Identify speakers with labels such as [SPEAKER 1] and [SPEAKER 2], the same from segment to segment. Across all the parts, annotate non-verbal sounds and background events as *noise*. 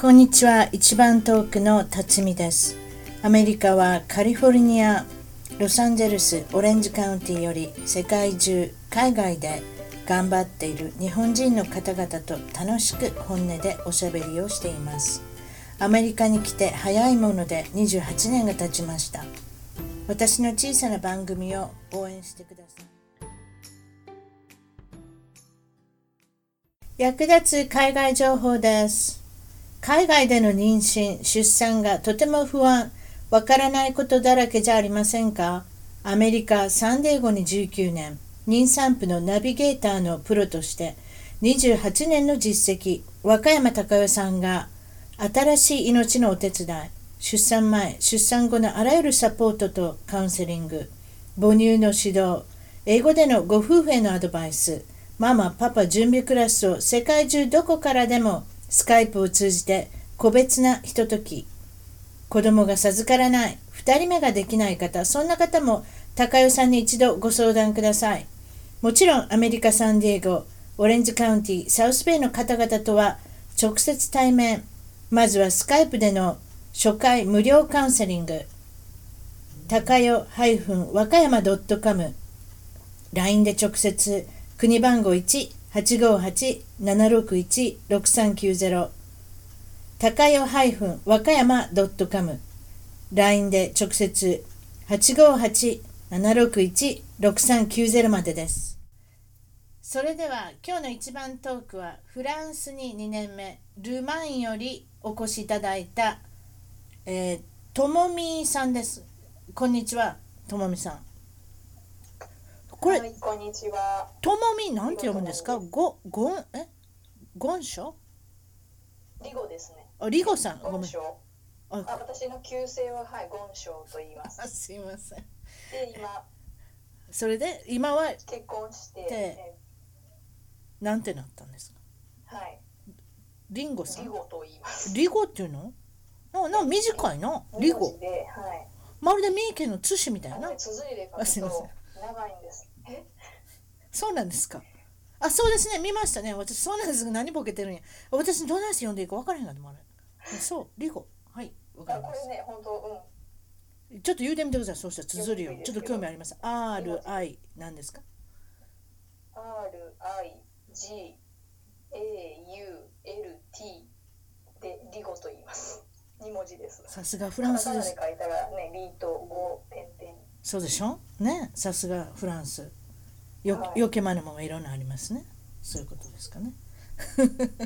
[SPEAKER 1] こんにちは一番遠くの辰巳ですアメリカはカリフォルニアロサンゼルスオレンジカウンティより世界中海外で頑張っている日本人の方々と楽しく本音でおしゃべりをしていますアメリカに来て早いもので28年が経ちました私の小さな番組を応援してください役立つ海外情報です海外での妊娠、出産がとても不安、わからないことだらけじゃありませんかアメリカ・サンデーゴに19年、妊産婦のナビゲーターのプロとして、28年の実績、若山隆代さんが、新しい命のお手伝い、出産前、出産後のあらゆるサポートとカウンセリング、母乳の指導、英語でのご夫婦へのアドバイス、ママ、パパ準備クラスを世界中どこからでもスカイプを通じて個別なひととき子供が授からない2人目ができない方そんな方も高代さんに一度ご相談くださいもちろんアメリカ・サンディエゴオレンジカウンティサウスベイの方々とは直接対面まずはスカイプでの初回無料カウンセリング高代和歌山 .com LINE で直接国番号1-858-761-6390高代和歌山 .com LINE で直接858-761-6390までですそれでは今日の一番トークはフランスに2年目ルマンよりお越しいただいた、えー、ともみさんですこんにちはともみさんこれ、
[SPEAKER 2] はい、こんにちは。
[SPEAKER 1] ともみなんて読むんですか。ご、ごん、え。ゴンショ。
[SPEAKER 2] リゴですね。
[SPEAKER 1] あ、リゴさん、ご
[SPEAKER 2] ゴ
[SPEAKER 1] めん
[SPEAKER 2] ンシ。ョウ。あ、
[SPEAKER 1] あ、
[SPEAKER 2] 私の旧姓ははい、ゴンショウと言います。
[SPEAKER 1] あすいません。
[SPEAKER 2] で、今
[SPEAKER 1] それで、今は、
[SPEAKER 2] 結婚して、
[SPEAKER 1] で
[SPEAKER 2] え
[SPEAKER 1] なんてなったんですか。
[SPEAKER 2] はい、
[SPEAKER 1] リンゴさ
[SPEAKER 2] リ
[SPEAKER 1] ん。
[SPEAKER 2] ゴと言います。
[SPEAKER 1] リゴっていうの。あ、な、短いな。リ
[SPEAKER 2] 二文
[SPEAKER 1] ゴ
[SPEAKER 2] 字。で、はい。
[SPEAKER 1] まるで三重県の津市みた
[SPEAKER 2] あ
[SPEAKER 1] い
[SPEAKER 2] の
[SPEAKER 1] な
[SPEAKER 2] ね、。綴りで
[SPEAKER 1] あすい
[SPEAKER 2] 書
[SPEAKER 1] ま
[SPEAKER 2] く
[SPEAKER 1] せん
[SPEAKER 2] と長いんです。え、
[SPEAKER 1] そうなんですか。あ、そうですね。見ましたね。私、そうなんです。何ボケてるんや。私、どないして読んでいいか分からへんかったもんあれ。あそう、リゴ。はい。わか
[SPEAKER 2] あ
[SPEAKER 1] り
[SPEAKER 2] こ
[SPEAKER 1] ます
[SPEAKER 2] れ。ね、本当うん。
[SPEAKER 1] ちょっと言うてみてください。そうしたら綴りを
[SPEAKER 2] よくいい。で
[SPEAKER 1] ちょ
[SPEAKER 2] す
[SPEAKER 1] っ
[SPEAKER 2] け
[SPEAKER 1] と
[SPEAKER 2] ど
[SPEAKER 1] 興味あります。R. I. なんですか。
[SPEAKER 2] R I G A U L T でリゴと言います。二文字です。
[SPEAKER 1] さすがフ
[SPEAKER 2] フ
[SPEAKER 1] ランスで
[SPEAKER 2] です書。いたらね、リーとゴ点々。
[SPEAKER 1] そうでしょねさすがフランスよ,、
[SPEAKER 2] はい
[SPEAKER 1] よけまねもいろんなありますねそういうことですかね
[SPEAKER 2] そうです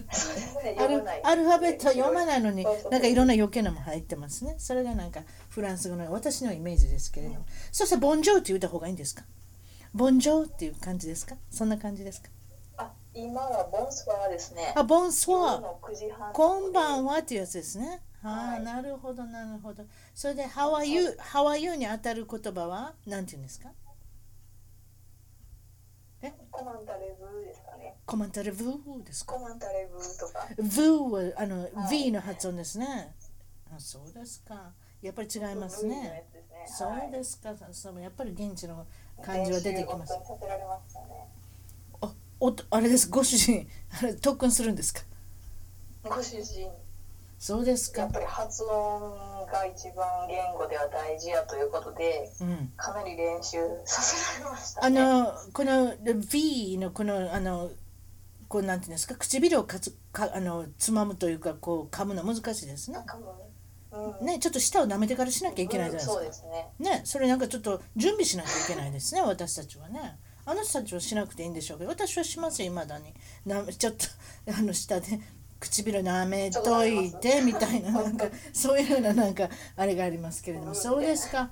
[SPEAKER 2] ね
[SPEAKER 1] ア
[SPEAKER 2] 読
[SPEAKER 1] ル
[SPEAKER 2] まない
[SPEAKER 1] アルファベット読まないのに
[SPEAKER 2] そうそう
[SPEAKER 1] なんかいろんな余計なも入ってますねそれがなんかフランス語の私のイメージですけれども、そしてボンジョーって言った方がいいんですかボンジョーっていう感じですかそんな感じですか
[SPEAKER 2] あ、今はボンスワーですね。
[SPEAKER 1] あボンソワ
[SPEAKER 2] 夜の9時半
[SPEAKER 1] こんばんはっていうやつですね。はあ、
[SPEAKER 2] はい
[SPEAKER 1] なるほどなるほど。それで How are you How are you に当たる言葉はなんて言うんですか？
[SPEAKER 2] コマンタレブーですかね。
[SPEAKER 1] コマンタルブーですか
[SPEAKER 2] コ？マンタレブーとか。
[SPEAKER 1] ブーはあの、
[SPEAKER 2] はい
[SPEAKER 1] V の発音ですね。あそうですか。やっぱり違います
[SPEAKER 2] ブーのや
[SPEAKER 1] ね。
[SPEAKER 2] つです
[SPEAKER 1] そ
[SPEAKER 2] はいう
[SPEAKER 1] ですか。そのやっぱり現地の感じは出てきます
[SPEAKER 2] 練。習を夫にさせられましたね。
[SPEAKER 1] あ、おとあれです。ご主人 *laughs* あれ特訓するんですか。
[SPEAKER 2] ご主人、
[SPEAKER 1] そうです
[SPEAKER 2] や
[SPEAKER 1] か
[SPEAKER 2] っ。ぱり発音が一番言語では大事やということで、
[SPEAKER 1] うん。
[SPEAKER 2] かなり練習させられました
[SPEAKER 1] あ
[SPEAKER 2] ね。
[SPEAKER 1] のこの V のこのあのこうなんていうんですか。唇をかつかあのつまむというかこう噛むの難しいですね
[SPEAKER 2] なん。かもう、うん、
[SPEAKER 1] ね、ちょっと舌を舐めてからしなきゃいけないじゃないですか。
[SPEAKER 2] うんそうですね。
[SPEAKER 1] ね、それなんかちょっと準備しなきゃいけないですね、私たちはね。あの人たちはしなくていいんでしょうけど、私はしますよ、いまだに。なちょっと、 *laughs* あの、下で唇舐めといて、みたいな、なんか、そういうような、なんか、あれがありますけれども、そうですか。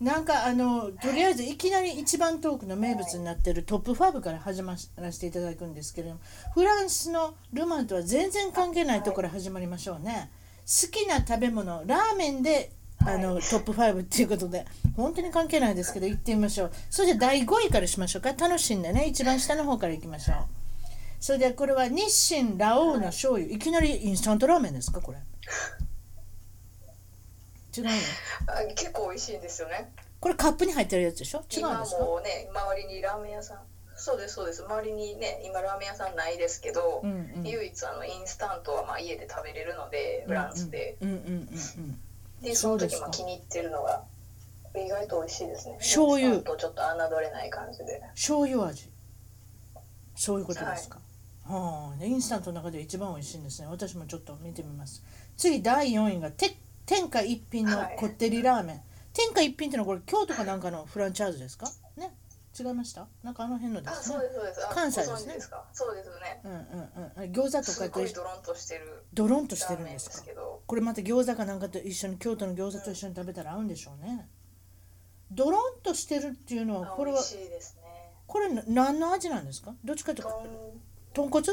[SPEAKER 1] なんか、あの、とりあえず、いきなり一番トークの名物になってるトップ5から始まらせていただくんですけれども、フランスのルマンとは全然関係ないところから始まりましょうね。好きな食べ物、ラーメンで、あの、トップ5っていうことで本当に関係ないですけど行ってみましょうそれじゃ第5位からしましょうか楽しんでね一番下の方から行きましょうそれでこれは日清ラオウの醤油いきなりインスタントラーメンですかこれ違う
[SPEAKER 2] *laughs*
[SPEAKER 1] の
[SPEAKER 2] あ結構美味しいんですよね。
[SPEAKER 1] これカップに入ってるやつでしょ違うん
[SPEAKER 2] 今
[SPEAKER 1] ですか
[SPEAKER 2] もうね、周りにラーメン屋さん。そうですそうです周りにね今ラーメン屋さんないですけど、
[SPEAKER 1] うんうん
[SPEAKER 2] 唯一あのインスタントはまあ家で食べれるのでフランスで、
[SPEAKER 1] うんうんうんうん
[SPEAKER 2] でそ
[SPEAKER 1] そう
[SPEAKER 2] の
[SPEAKER 1] で
[SPEAKER 2] 時
[SPEAKER 1] すか
[SPEAKER 2] まあ気に入ってるのが意外と美味しいですね
[SPEAKER 1] 醤油
[SPEAKER 2] インスタントちょっと侮れない感じで
[SPEAKER 1] 醤油味そういうことですか、はあでインスタントの中で一番美味しいんですね私もちょっと見てみます次第4位がて天下一品のこってりラーメン、天下一品ってのはこれ京都かなんかのフランチャイズですかね違いましたなんかあの辺ので
[SPEAKER 2] あ
[SPEAKER 1] すね
[SPEAKER 2] そうですそうですあ
[SPEAKER 1] 関西ですね
[SPEAKER 2] ご存知ですかそうですね
[SPEAKER 1] うんうんうん餃子と
[SPEAKER 2] す
[SPEAKER 1] か
[SPEAKER 2] ご
[SPEAKER 1] と
[SPEAKER 2] い
[SPEAKER 1] 一緒
[SPEAKER 2] ドロンとしてる
[SPEAKER 1] ドロンとして
[SPEAKER 2] ラー
[SPEAKER 1] るん
[SPEAKER 2] メン
[SPEAKER 1] で
[SPEAKER 2] です
[SPEAKER 1] か
[SPEAKER 2] すけど
[SPEAKER 1] これまた餃子かなんかと一緒に京都の餃子と一緒に食べたら合うんでしょうねドロンとしてるっていうのは
[SPEAKER 2] あ
[SPEAKER 1] これ
[SPEAKER 2] 美
[SPEAKER 1] は
[SPEAKER 2] 味しいですね
[SPEAKER 1] これな何の味なんですかどっちかという
[SPEAKER 2] 豚
[SPEAKER 1] と豚骨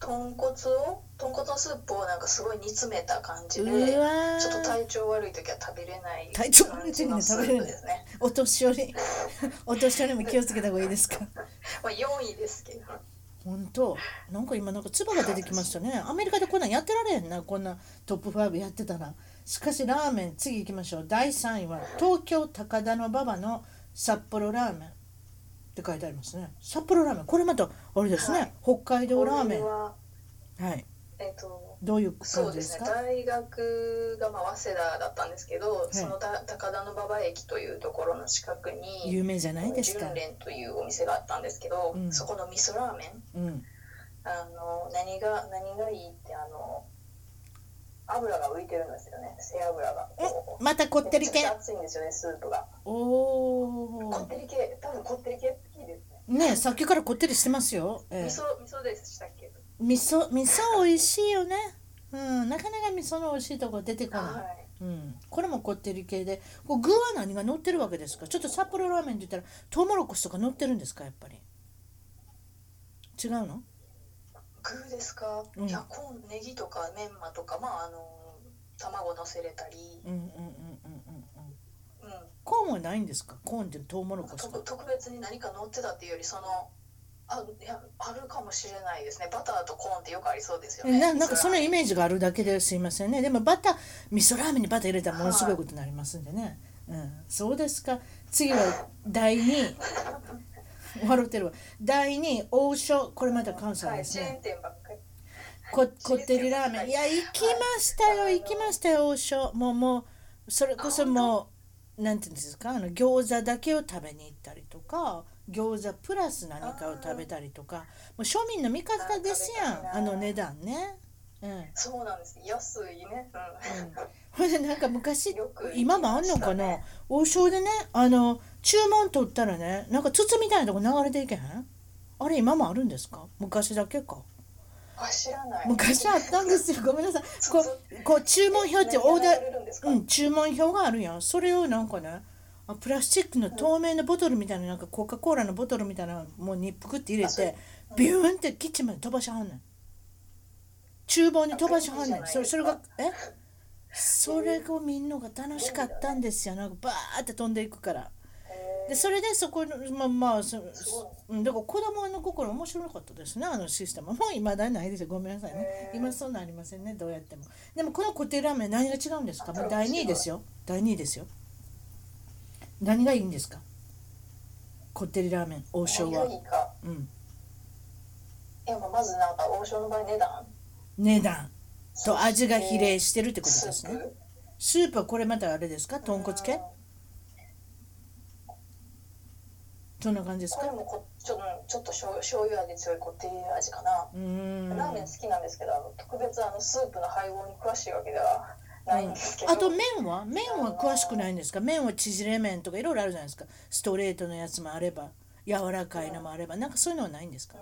[SPEAKER 2] 豚骨を豚骨のスープをなんかすごい煮詰めた感じで
[SPEAKER 1] うわー
[SPEAKER 2] ちょっと体調悪い時は食べれない
[SPEAKER 1] 体調悪い時には食べれない
[SPEAKER 2] 感じのスープですね、
[SPEAKER 1] お年寄りお年寄りも気をつけた方がいいですか
[SPEAKER 2] まあ、4位ですけど
[SPEAKER 1] 本当なんか今なんか唾が出てきましたねアメリカでこんなんやってられへんなこんなトップ5やってたらしかしラーメン次行きましょう第3位は東京高田の馬場の札幌ラーメンって書いてありますね札幌ラーメンこれまたあれですね、
[SPEAKER 2] はい
[SPEAKER 1] 北海道ラーメ
[SPEAKER 2] これ
[SPEAKER 1] ン
[SPEAKER 2] は
[SPEAKER 1] はい
[SPEAKER 2] えっ、と
[SPEAKER 1] どういう
[SPEAKER 2] そ
[SPEAKER 1] 感
[SPEAKER 2] う
[SPEAKER 1] じ
[SPEAKER 2] で
[SPEAKER 1] です
[SPEAKER 2] すね
[SPEAKER 1] か
[SPEAKER 2] 大学がまあ早稲田だったんですけど、
[SPEAKER 1] い
[SPEAKER 2] そのだ高田の馬場駅というところの近くに
[SPEAKER 1] 有名じゃないですか
[SPEAKER 2] 純連というお店があったんですけど、
[SPEAKER 1] うん
[SPEAKER 2] そこの味噌ラーメン
[SPEAKER 1] うん
[SPEAKER 2] あの何が何がいいってあの油が浮いてるんですよね背脂がこう
[SPEAKER 1] またこってり
[SPEAKER 2] めち
[SPEAKER 1] 系
[SPEAKER 2] ゃくちゃ熱いんですよねスープが
[SPEAKER 1] お
[SPEAKER 2] こ
[SPEAKER 1] お
[SPEAKER 2] ってり系多分こってり系好きですね、
[SPEAKER 1] ーねえさっきからこってりしてますよ、ええ
[SPEAKER 2] 味噌味噌でしたっけ
[SPEAKER 1] 味噌味噌美味しいよねうんなかなか味噌の美味しいとこ出てこ
[SPEAKER 2] は
[SPEAKER 1] ない、う
[SPEAKER 2] い
[SPEAKER 1] ん、これもこってり系でこう具は何が乗ってるわけですかちょっと札幌ラーメンって言ったらトウモロコシとか乗ってるんですかやっぱり違うの
[SPEAKER 2] 具ですか、
[SPEAKER 1] うん
[SPEAKER 2] いやコーンネギとかメンマとかまああの卵乗せれたり、
[SPEAKER 1] うんうんうんうんうんうん
[SPEAKER 2] うん
[SPEAKER 1] コーンはないんですかコーンってトウモロコシと
[SPEAKER 2] 特特別に何か乗ってたっていうよりそのあいやあるかもしれないですねバターとコーンってよくありそうですよね
[SPEAKER 1] ななんかそのイ
[SPEAKER 2] ージ
[SPEAKER 1] メージがあるだけですいませんねでもバター味噌ラーメンにバター入れたらものすごいことになりますんでね、うん、そうですか次は第2位笑ってるわ第2位王将これまた関西ですね、
[SPEAKER 2] はい、チェーン店ばっかり
[SPEAKER 1] ここってりラーメンいや行きましたよ行きましたよ王将もうもうそれこそもうなんていうんですかあの餃子だけを食べに行ったりとか餃子プラス何かを食べたりとかもう庶民の味方ですやんあの値段ねうん
[SPEAKER 2] そうなんです安いね
[SPEAKER 1] ほんで *laughs* なんか昔
[SPEAKER 2] よく行きま
[SPEAKER 1] 今
[SPEAKER 2] したね
[SPEAKER 1] もあんのかな王将でねあの注文取ったらねなんか筒みたいなとこ流れていけへんあれ今もあるんですか昔だけか
[SPEAKER 2] うんあ知らない
[SPEAKER 1] 昔あったんですよごめんなさい
[SPEAKER 2] そ
[SPEAKER 1] こ
[SPEAKER 2] そう
[SPEAKER 1] こう注文表ってオーダー
[SPEAKER 2] 何が流れるんですか
[SPEAKER 1] うん、注文表があるやんそれをなんかねあプラスチックの透明のボトルみたいななんかコカ・コーラのボトルみたいなもうにぷくって入れ
[SPEAKER 2] あそう
[SPEAKER 1] てビューンってキッチンまで飛ばしはんねん厨房に飛ばしはんねん
[SPEAKER 2] あ
[SPEAKER 1] それそ
[SPEAKER 2] 便利じゃ
[SPEAKER 1] れ
[SPEAKER 2] *laughs*
[SPEAKER 1] がえ
[SPEAKER 2] ない
[SPEAKER 1] それを見んのが楽しかったんですよなんかバーって飛んでいくから
[SPEAKER 2] へ
[SPEAKER 1] でそれでそこのまあまあそ
[SPEAKER 2] すご
[SPEAKER 1] う
[SPEAKER 2] い
[SPEAKER 1] んだから子供の心面白かったですねあのシステムもういまだにないですよごめんなさいね
[SPEAKER 2] へー
[SPEAKER 1] 今そんなんありませんねどうやってもでもこの固定ラーメン何が違うんですかもう第2位ですよ第2位ですよ何がいいんですかこってりラーメン王
[SPEAKER 2] ー
[SPEAKER 1] 将
[SPEAKER 2] 何
[SPEAKER 1] は
[SPEAKER 2] がいいか
[SPEAKER 1] うん
[SPEAKER 2] いやまあまずなんか王将の場合値段
[SPEAKER 1] 値段と味が比例
[SPEAKER 2] し
[SPEAKER 1] してるって
[SPEAKER 2] て
[SPEAKER 1] ことですねスープはこれまたあれですか豚骨系そんな感じです
[SPEAKER 2] こ
[SPEAKER 1] か
[SPEAKER 2] れもこちょうんちょっと醤醤油味強いこってり味かな、
[SPEAKER 1] うーん
[SPEAKER 2] ラーメン好きなんですけどあの特別あのスープの配合に詳しいわけではないんですけど、
[SPEAKER 1] あと麺は麺は詳しくないんですか麺は縮れ麺とかいろいろあるじゃないですかストレートのやつもあれば柔らかいのもあればなんかそういうのはないんですか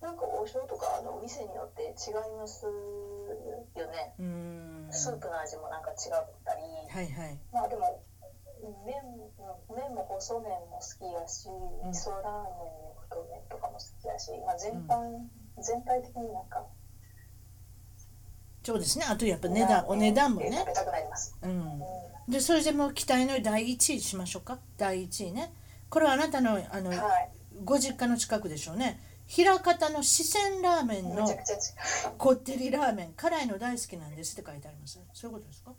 [SPEAKER 2] なんか王将とかあのお店によって違いますよね
[SPEAKER 1] うーん
[SPEAKER 2] スー
[SPEAKER 1] は
[SPEAKER 2] プの味もなんか違ったり、
[SPEAKER 1] いはい
[SPEAKER 2] まあでも麺うん麺も細麺も好きやし味噌ラーメンも太麺とかも好きやし、まあ、全般、全体的になんか
[SPEAKER 1] そうですねあとやっぱ値段お値段もね
[SPEAKER 2] 食べたくなります、
[SPEAKER 1] うん
[SPEAKER 2] うん
[SPEAKER 1] でそれでもう期待の第1位しましょうか第1位ねこれはあなたのあの
[SPEAKER 2] はい
[SPEAKER 1] ご実家の近くでしょうね枚方の四川ラーメン
[SPEAKER 2] め
[SPEAKER 1] の
[SPEAKER 2] ちゃくちゃ近い
[SPEAKER 1] こってりラーメン辛いの大好きなんですって書いてありますそういうことですか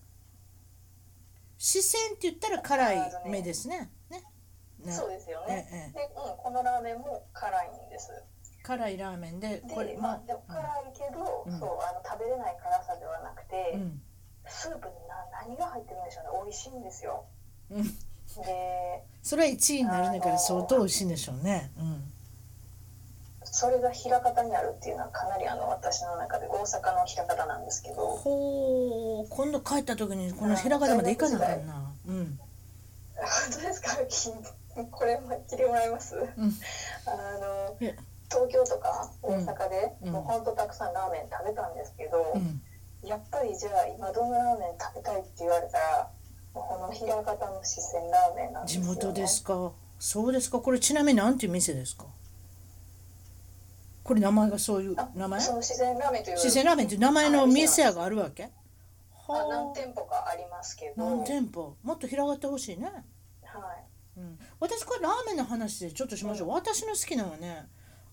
[SPEAKER 1] 四川って言ったら辛い目ですねねね
[SPEAKER 2] そうですよね。
[SPEAKER 1] ええ
[SPEAKER 2] で、うん、このラーメンも辛いんです。
[SPEAKER 1] 辛いラーメンで
[SPEAKER 2] で、
[SPEAKER 1] これ
[SPEAKER 2] ま
[SPEAKER 1] も
[SPEAKER 2] あ、でも辛いけど、
[SPEAKER 1] うん
[SPEAKER 2] そう、あの、食べれない辛さではなくて、
[SPEAKER 1] うん
[SPEAKER 2] スープにな何が入ってるんでしょうね。美味しいんですよ。
[SPEAKER 1] うん
[SPEAKER 2] で、
[SPEAKER 1] それは1位になるんだから相当美味しいんでしょうねうん
[SPEAKER 2] それが枚方にあるっていうのはかなりあの私の中で大阪の枚方なんですけど、
[SPEAKER 1] ほう今度帰った時にこの平方まで行かなあかんなうん
[SPEAKER 2] 本当ですか？これも聞いてもらえます？
[SPEAKER 1] うん
[SPEAKER 2] あの
[SPEAKER 1] いや
[SPEAKER 2] 東京とか大阪で、
[SPEAKER 1] うん
[SPEAKER 2] もう本当たくさんラーメン食べたんですけど、
[SPEAKER 1] うん
[SPEAKER 2] やっぱりじゃあ今どのラーメン食べたいって言われたら、もうこの枚方の四川ラーメンなんです
[SPEAKER 1] 地
[SPEAKER 2] よね。
[SPEAKER 1] 元ですかそうですかこれちなみに何ていう店ですかこれ名前がそういう
[SPEAKER 2] あ。
[SPEAKER 1] 名前
[SPEAKER 2] その四川ラーメンという。
[SPEAKER 1] 四川ラーメンっていう名前の店
[SPEAKER 2] あ
[SPEAKER 1] 屋があるわけ
[SPEAKER 2] 何
[SPEAKER 1] はあ
[SPEAKER 2] 店舗かありますけど。
[SPEAKER 1] 何店舗もっと広がってほしいね
[SPEAKER 2] はい。
[SPEAKER 1] うん、私これラーメンの話でちょっとしましょう、私の好きなのはね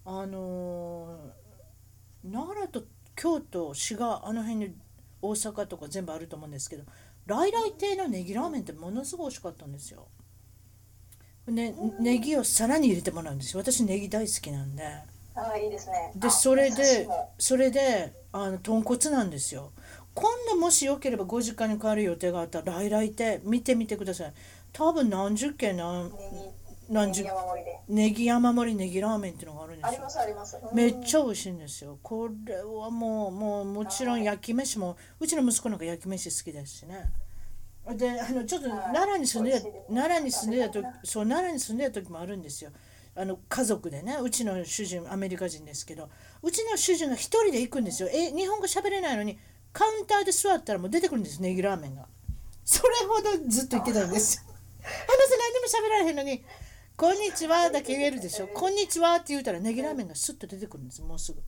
[SPEAKER 1] あのー奈良と京都滋賀あの辺に大阪とか全部あると思うんですけど来来亭のネギラーメンってものすごい美味しかったんですよね、ネギを皿に入れてもらうんですよ私ネギ大好きなんで
[SPEAKER 2] ああいいですね。
[SPEAKER 1] で
[SPEAKER 2] あ
[SPEAKER 1] それ
[SPEAKER 2] お刺
[SPEAKER 1] で
[SPEAKER 2] 身も
[SPEAKER 1] それであの豚骨なんですよ今度もしよければご実家に帰る予定があったら来来亭見てみてください多分何十軒何
[SPEAKER 2] ネギ
[SPEAKER 1] 何十
[SPEAKER 2] ネギ山盛りで。
[SPEAKER 1] ネギ山盛りネギラーメンっていうのがあるんで
[SPEAKER 2] あ
[SPEAKER 1] す
[SPEAKER 2] り
[SPEAKER 1] よ
[SPEAKER 2] ますあります。
[SPEAKER 1] めっち
[SPEAKER 2] ゃ。
[SPEAKER 1] ゃ美味しいんですよこれはもうもうもちろん焼き飯もうちの息子なんか焼き飯好きですしねであのちょっと
[SPEAKER 2] はい
[SPEAKER 1] 奈良に住んで
[SPEAKER 2] 美味しいですね
[SPEAKER 1] 奈良に住んでた時
[SPEAKER 2] 食べたい
[SPEAKER 1] そう奈良に住んでた時もあるんですよあの家族でねうちの主人アメリカ人ですけどうちの主人が一人で行くんですよえ日本語喋れないのにカウンターで座ったらもう出てくるんですネギラーメンがそれほどずっと行ってたんですよ私何にも喋られへんのに「こんにちは」だけ言えるでしょ「こんにちは」って言うたらネギラーメンがスッと出てくるんですもうすぐ。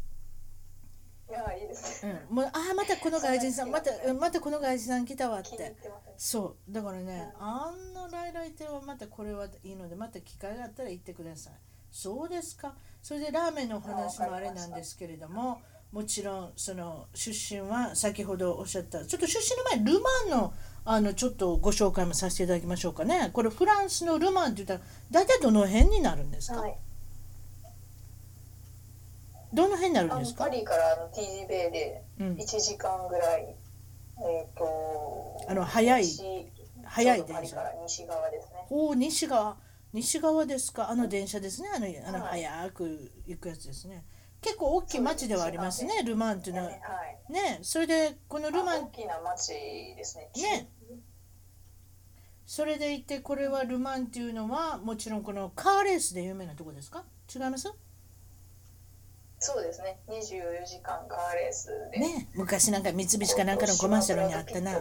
[SPEAKER 2] いやいいですね。
[SPEAKER 1] うん、もうああまたこの外人さんまたうんまたこの外人さん来たわっ
[SPEAKER 2] 気に入っててますね。
[SPEAKER 1] そうだからねあんな来来亭はまたこれはいいのでまた機会があったら行ってくださいそうですかそれでラーメンのお話もあれなんですけれどももちろんその出身は先ほどおっしゃったちょっと出身の前ルマンのあのちょっとご紹介もさせていただきましょうかねこれフランスのルマンって言ったら大体どの辺になるんですか、
[SPEAKER 2] はい。
[SPEAKER 1] どの辺になるん
[SPEAKER 2] あ
[SPEAKER 1] で
[SPEAKER 2] の
[SPEAKER 1] す
[SPEAKER 2] パ
[SPEAKER 1] か
[SPEAKER 2] リからあの TGV で
[SPEAKER 1] うん
[SPEAKER 2] 一時間ぐらい。えっと。
[SPEAKER 1] あの早い
[SPEAKER 2] 西
[SPEAKER 1] 早い
[SPEAKER 2] ちょうどパ
[SPEAKER 1] 電
[SPEAKER 2] リ
[SPEAKER 1] 車
[SPEAKER 2] から西側ですね。
[SPEAKER 1] おお西側西側ですかあの電車ですねあのあの
[SPEAKER 2] はい
[SPEAKER 1] 早く行くやつですね結構大きい町ではありますねルマンっていうのは
[SPEAKER 2] ねはい。
[SPEAKER 1] ねそれでこのルマ
[SPEAKER 2] 大
[SPEAKER 1] ン
[SPEAKER 2] きな町ですね。
[SPEAKER 1] ねそれでいてこれはルマンっていうのはもちろんこのカーレースで有名なとこですか違います
[SPEAKER 2] そうですね。二十四時間カーレースで。。
[SPEAKER 1] ね昔なんか三菱かなんかのコマーシャルにあったな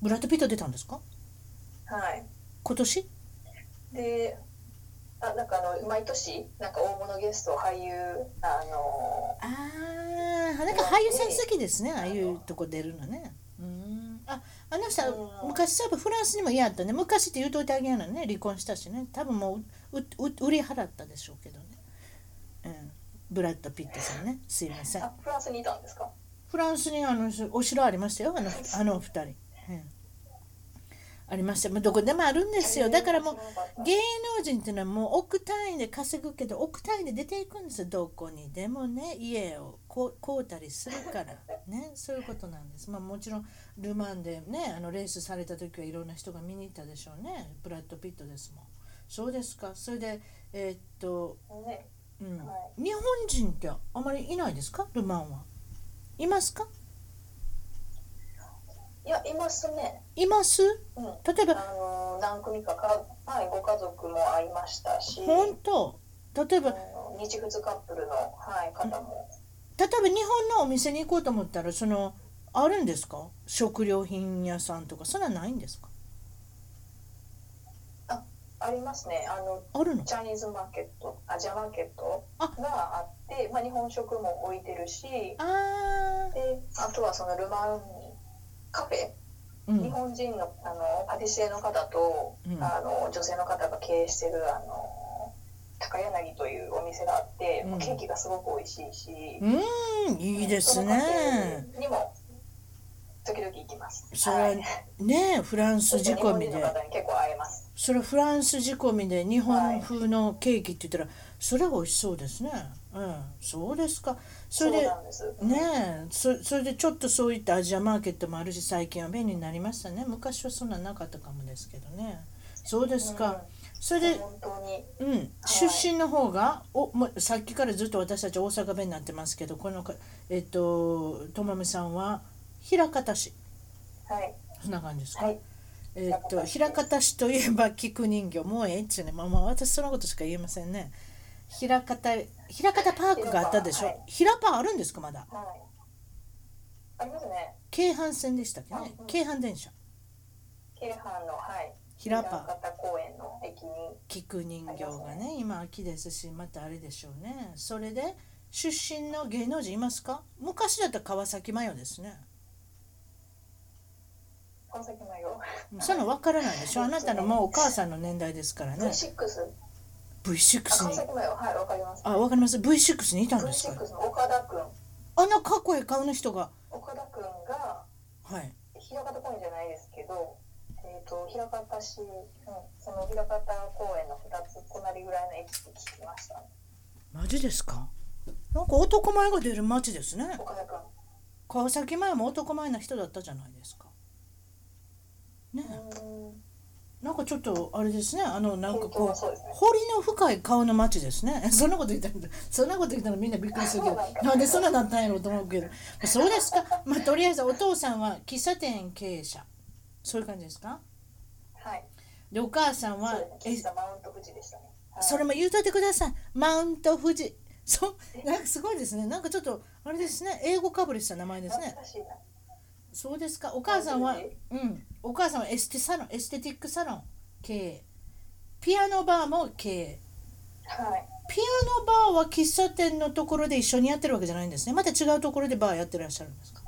[SPEAKER 1] ブラッド・ピット出たんですか
[SPEAKER 2] はい。
[SPEAKER 1] 今年
[SPEAKER 2] であなんかあの毎年なんか大物ゲスト俳優あの
[SPEAKER 1] あーなんか俳優さん好きですねああいうとこ出るのねうんああの人は
[SPEAKER 2] うん
[SPEAKER 1] 昔多分フランスにも嫌やったね昔って言うといてあげやのね離婚したしね多分もううう売り払ったでしょうけどね、うん、ブラッド・ピットさんねすいません
[SPEAKER 2] あフランスにいたんですか
[SPEAKER 1] フランスにあのお城ありましたよあのあのお二人、うん、ありましたもうどこでもあるんですよだからもう
[SPEAKER 2] う
[SPEAKER 1] 芸能人っていうのはもう億単位で稼ぐけど億単位で出ていくんですよどこにでもね家をこう買うたりするからねそういうことなんですまあもちろんル・マンでねあのレースされた時はいろんな人が見に行ったでしょうねブラッド・ピットですもんそうですかそれでえーっと、
[SPEAKER 2] ね
[SPEAKER 1] うん
[SPEAKER 2] は
[SPEAKER 1] 日本人ってあまりいないですかル・マンはいますか
[SPEAKER 2] いやいますね
[SPEAKER 1] います
[SPEAKER 2] うんあ
[SPEAKER 1] 例えば
[SPEAKER 2] の何組かかはいご家族も会いましたし
[SPEAKER 1] 本当例え
[SPEAKER 2] あ
[SPEAKER 1] ば
[SPEAKER 2] の日仏カップルのはい方も
[SPEAKER 1] 例えば日本のお店に行こうと思ったらそのあるんですか食料品屋さんとかそんなんないんですか
[SPEAKER 2] ありますねあの
[SPEAKER 1] あるの
[SPEAKER 2] チャイニーズマーケットアジアマーケット
[SPEAKER 1] あ
[SPEAKER 2] があってまあ日本食も置いてるし
[SPEAKER 1] あ
[SPEAKER 2] であとはそのルマンにカフ
[SPEAKER 1] ーう
[SPEAKER 2] ェ
[SPEAKER 1] ん
[SPEAKER 2] 日本人のあのパティシエの方と、
[SPEAKER 1] うん
[SPEAKER 2] あの女性の方が経営してるあの高柳というお店があって、
[SPEAKER 1] うん
[SPEAKER 2] ケーキがすごく美味しいし、
[SPEAKER 1] うんいいです
[SPEAKER 2] その家
[SPEAKER 1] ね
[SPEAKER 2] 庭にも時々行きます
[SPEAKER 1] それは
[SPEAKER 2] はい
[SPEAKER 1] ねえフランス
[SPEAKER 2] そして
[SPEAKER 1] 仕
[SPEAKER 2] 日
[SPEAKER 1] 込
[SPEAKER 2] 本
[SPEAKER 1] み
[SPEAKER 2] 人の
[SPEAKER 1] で
[SPEAKER 2] 方に結構会えます
[SPEAKER 1] それフランス仕込みで日
[SPEAKER 2] は
[SPEAKER 1] 本
[SPEAKER 2] い
[SPEAKER 1] 風のケーキって言ったら、それは美味しそうですね。うん、そうですか。それで
[SPEAKER 2] そうなんです。
[SPEAKER 1] ねえそそれでちょっとそういったアジアマーケットもあるし最近は便利になりましたね昔はそんなんなかったかもですけどねそうですか、それ
[SPEAKER 2] うん
[SPEAKER 1] で、
[SPEAKER 2] 本当に
[SPEAKER 1] うん、出身の方がおもうさっきからずっと私たち大阪弁になってますけどこのかえっとともみさんは枚方市
[SPEAKER 2] はい
[SPEAKER 1] そんな感じですか、
[SPEAKER 2] はい
[SPEAKER 1] えっと
[SPEAKER 2] 枚
[SPEAKER 1] 枚
[SPEAKER 2] 方
[SPEAKER 1] 方市といえば菊人形もうええっちゅうねまあまあ私そのことしか言えませんね枚方枚方パークがあったでしょ
[SPEAKER 2] はい
[SPEAKER 1] 平パーあるんですかまだ
[SPEAKER 2] はい。ありますね。
[SPEAKER 1] 京阪線でしたっけね
[SPEAKER 2] あうん
[SPEAKER 1] 京阪電車
[SPEAKER 2] 京阪のはい。
[SPEAKER 1] 平パ
[SPEAKER 2] 枚方公園の駅に
[SPEAKER 1] 菊人形がね今秋ですしまたあれでしょうねそれで出身の芸能人いますか昔だったら川崎麻世ですね
[SPEAKER 2] 川崎マヨ。
[SPEAKER 1] そんなの分からないでしょあなたのもうお母さんの年代ですからね
[SPEAKER 2] V6。あ
[SPEAKER 1] V6
[SPEAKER 2] 川
[SPEAKER 1] に
[SPEAKER 2] 崎マヨはいわかります。
[SPEAKER 1] あ分かります V6 にいたんです
[SPEAKER 2] V6
[SPEAKER 1] か
[SPEAKER 2] の岡田君
[SPEAKER 1] あのかっこいい顔の人が
[SPEAKER 2] 岡田君が
[SPEAKER 1] はい
[SPEAKER 2] 平方公園じゃないですけど、えー、と平方市、うん、その平方公園の2つ隣ぐらいの駅って聞きました
[SPEAKER 1] マジですかなんか男前が出る街ですね
[SPEAKER 2] 岡田君
[SPEAKER 1] 川崎麻世も男前な人だったじゃないですかねえなんかちょっとあれですねあのなんかこう
[SPEAKER 2] そうですね
[SPEAKER 1] 彫りの深い顔の町ですね *laughs* そんなこと言ったらそんなこと言ったらみんなびっくりするけど
[SPEAKER 2] そうなんだ
[SPEAKER 1] なんでそんななったんやろうと思うけどそうですかまあとりあえずお父さんは喫茶店経営者そういう感じですか
[SPEAKER 2] はい
[SPEAKER 1] でお母さんは
[SPEAKER 2] そうですね
[SPEAKER 1] え
[SPEAKER 2] 喫茶マウント富士でしたね、はい、
[SPEAKER 1] それも言うといてくださいマウント富士そうなんかすごいですねなんかちょっとあれですね英語かぶりした名前ですね
[SPEAKER 2] 懐かしいな
[SPEAKER 1] そうですかお母さんは
[SPEAKER 2] マウント
[SPEAKER 1] うんお母さんはエステサロンエステティックサロン経営ピアノバーも経営
[SPEAKER 2] はい
[SPEAKER 1] ピアノバーは喫茶店のところで一緒にやってるわけじゃないんですね。また違うところでバーやってらっしゃるんですか。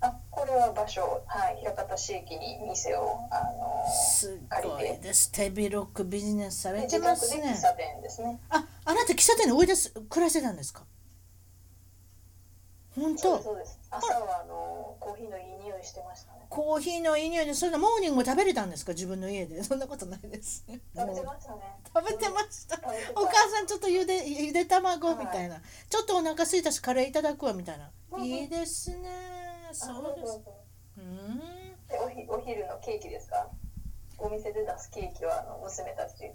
[SPEAKER 2] あこれは場所はい平方市駅に店をあの
[SPEAKER 1] すごいです。手広くビジネスされて
[SPEAKER 2] 自
[SPEAKER 1] ま
[SPEAKER 2] 宅
[SPEAKER 1] す
[SPEAKER 2] で
[SPEAKER 1] ね
[SPEAKER 2] 喫。茶店ですね
[SPEAKER 1] あ、あなた喫茶店でおいです暮らしてたんですか。本
[SPEAKER 2] そうで
[SPEAKER 1] 当。
[SPEAKER 2] すそうです朝はあのコーヒーのいい匂いしてましたね
[SPEAKER 1] コーヒーのいい匂いで、それでモーニングも食べれたんですか自分の家で。そ *laughs* んなことないです。
[SPEAKER 2] 食べ
[SPEAKER 1] も
[SPEAKER 2] て
[SPEAKER 1] う
[SPEAKER 2] ましたね
[SPEAKER 1] 食べてました。
[SPEAKER 2] 食べてた
[SPEAKER 1] お母さんちょっとゆでゆで卵みたいな、ちょっとお腹すいたしカレーいただくわみたいな、
[SPEAKER 2] うんうん
[SPEAKER 1] いいですね
[SPEAKER 2] あ
[SPEAKER 1] そうです
[SPEAKER 2] うう
[SPEAKER 1] うん
[SPEAKER 2] でおひお昼のケーキですかお店で出すケーキはあの娘たち3人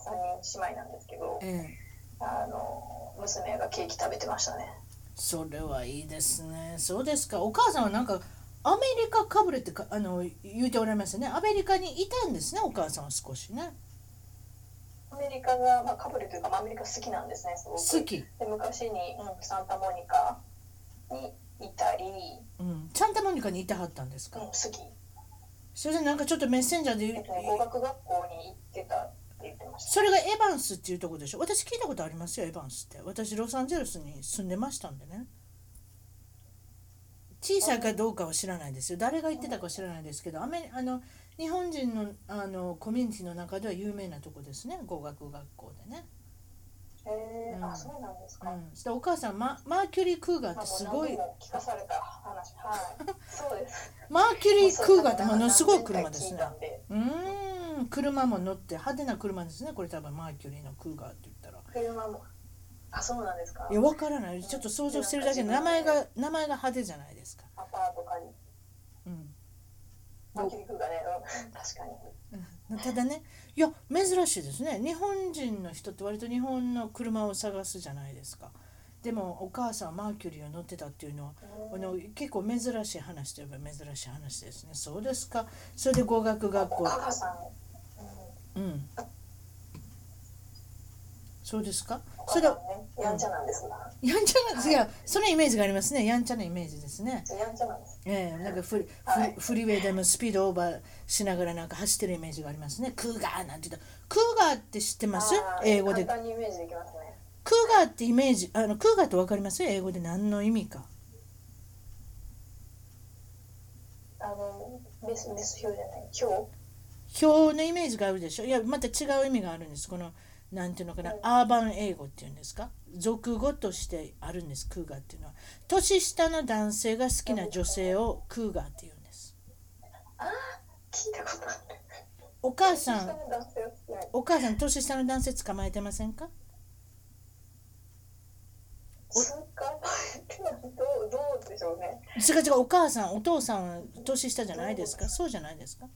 [SPEAKER 2] 三人姉妹なんですけど
[SPEAKER 1] ええ
[SPEAKER 2] あの娘がケーキ食べてましたね
[SPEAKER 1] それはいいですね。そうですか。お母さんはなんかアメリカかぶれってかあの言うておられますね。アメリカにいたんですね。お母さんは少しね。
[SPEAKER 2] アメリカが、まあ、かぶれというか、まあ、アメリカ好きなんですねすごく
[SPEAKER 1] 好き。
[SPEAKER 2] で昔に、うん、サンタモニカにいたり、
[SPEAKER 1] うん。サンタモニカにいてはったんです
[SPEAKER 2] うん、
[SPEAKER 1] か。
[SPEAKER 2] 好き、
[SPEAKER 1] それでなんかちょっとメッセンジャーで
[SPEAKER 2] え
[SPEAKER 1] 言
[SPEAKER 2] っ
[SPEAKER 1] う
[SPEAKER 2] とね、語学学校に行ってたって言ってました
[SPEAKER 1] それがエバンスっていうとこでしょ。私聞いたことありますよ。エバンスって。私ロサンゼルスに住んでましたんでね。小さいかどうかは知らないですよ。誰が言ってたかは知らないですけど、アメあの日本人のあのコミュニティの中では有名なとこですね。語学学校でね。
[SPEAKER 2] へえ
[SPEAKER 1] うん
[SPEAKER 2] あそうなんですか、
[SPEAKER 1] うん、そしてお母さんママーキュリー・クーガーっ
[SPEAKER 2] まあ
[SPEAKER 1] て
[SPEAKER 2] もう
[SPEAKER 1] すごい
[SPEAKER 2] 何度も聞かされた話はい
[SPEAKER 1] *laughs*
[SPEAKER 2] そうです
[SPEAKER 1] マーキュリー・クーガーってものすごい車ですね
[SPEAKER 2] 何千回聞いたんで
[SPEAKER 1] うーん車も乗って派手な車ですねこれ多分マーキュリーのクーガーって言ったら
[SPEAKER 2] 車もあそうなんですか
[SPEAKER 1] いやわからないちょっと想像してるだけで名前が名前が派手じゃないですか、
[SPEAKER 2] アパート借り
[SPEAKER 1] うん
[SPEAKER 2] まあ切り具がね、うん、確かに
[SPEAKER 1] うん、ただねいや珍しいですね日本人の人って割と日本の車を探すじゃないですかでもお母さんはマーキュリーを乗ってたっていうのはあの結構珍しい話といえば珍しい話ですねそうですかそれで語学学
[SPEAKER 2] お
[SPEAKER 1] 校
[SPEAKER 2] 母さん、うん、
[SPEAKER 1] うん。そうですか。
[SPEAKER 2] お
[SPEAKER 1] そ
[SPEAKER 2] 母
[SPEAKER 1] れ
[SPEAKER 2] さ
[SPEAKER 1] や
[SPEAKER 2] んねやんちゃなんですが、
[SPEAKER 1] んちゃなんですが、そのイメージがありますね。やんちゃなイメージですね。
[SPEAKER 2] やんちゃなんです
[SPEAKER 1] ええなんかフリフ
[SPEAKER 2] はい
[SPEAKER 1] リフリーウェイでもスピードオーバーしながらなんか走ってるイメージがありますね。クーガーなんて言った。クーガーって知ってます？
[SPEAKER 2] あー
[SPEAKER 1] 英語で。ク
[SPEAKER 2] 簡単にイメージできますね
[SPEAKER 1] ーガーってイメージ、あのクーガーってわかります？英語で何の意味か。
[SPEAKER 2] あのメスメス表じゃない今
[SPEAKER 1] 表のイメージがあるでしょいやまた違う意味があるんですこのなんていうのかなアーバン英語っていうんですか俗語としてあるんですクーガーっていうのは年下の男性が好きな女性をクーガーっていうんです
[SPEAKER 2] 日聞いたことある
[SPEAKER 1] おお母さ
[SPEAKER 2] 下
[SPEAKER 1] ん、
[SPEAKER 2] の男性は少ない。
[SPEAKER 1] お母さん、年下の男性捕まえてませんか
[SPEAKER 2] 数回前どう、どうでしょうね。
[SPEAKER 1] 違う違う、お母さん、お父さんは年下じゃないですかそうじゃないですか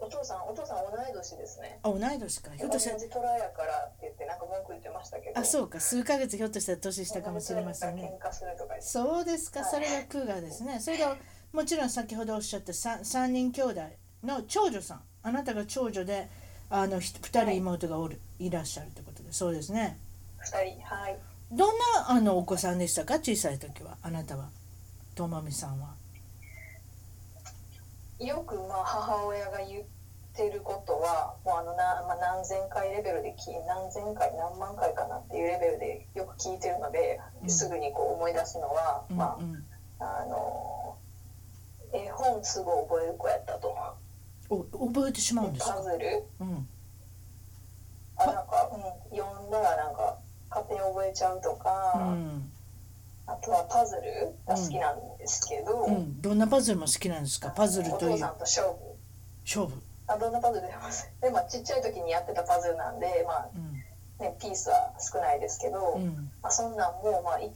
[SPEAKER 2] お父さん、お父さん同い年ですね。
[SPEAKER 1] あ、同い年か。ひょ
[SPEAKER 2] 同
[SPEAKER 1] っとしたら、
[SPEAKER 2] じトラやからって言って、なんか文句言ってましたけど。
[SPEAKER 1] あ、そうか、数ヶ月ひょっとしたら年
[SPEAKER 2] した
[SPEAKER 1] 下かもしれませんね。
[SPEAKER 2] 喧嘩するとか言って。
[SPEAKER 1] そうですか、
[SPEAKER 2] はい
[SPEAKER 1] それがクーガーですね。それがもちろん先ほどおっしゃった 3, 三人兄弟の長女さん、あなたが長女であのひ2人
[SPEAKER 2] はい
[SPEAKER 1] 妹がおる、い、らっしゃるってことで、そうですね。
[SPEAKER 2] 二人、はい。
[SPEAKER 1] どんなあのお子さんでしたか、小さい時は、あなたは、ともみさんは。
[SPEAKER 2] よくまあ母親が言ってることはもうあのな、まあ、何千回レベルで聞い何千回何万回かなっていうレベルでよく聞いてるので、
[SPEAKER 1] うん
[SPEAKER 2] すぐにこう思い出すのは、
[SPEAKER 1] うん
[SPEAKER 2] ま
[SPEAKER 1] うん、
[SPEAKER 2] ああの絵本すぐ覚える子やったと
[SPEAKER 1] お覚えてしまうんです
[SPEAKER 2] パ
[SPEAKER 1] か、
[SPEAKER 2] ズル
[SPEAKER 1] うん、
[SPEAKER 2] あなんか、うん、読んだらなんか勝手に覚えちゃうとか、
[SPEAKER 1] うん、
[SPEAKER 2] あとはパズルが好きなんですけど、
[SPEAKER 1] うん、どんなパズルも好きなんですかパズル
[SPEAKER 2] お
[SPEAKER 1] とい
[SPEAKER 2] 父
[SPEAKER 1] う
[SPEAKER 2] さんと勝負
[SPEAKER 1] 勝負、
[SPEAKER 2] あどんなパズルでもいいですでまあちっちゃい時にやってたパズルなんでまあ
[SPEAKER 1] う
[SPEAKER 2] ね、ピースは少ないですけど、
[SPEAKER 1] ん、うん、
[SPEAKER 2] まあ、そんなんもうまあい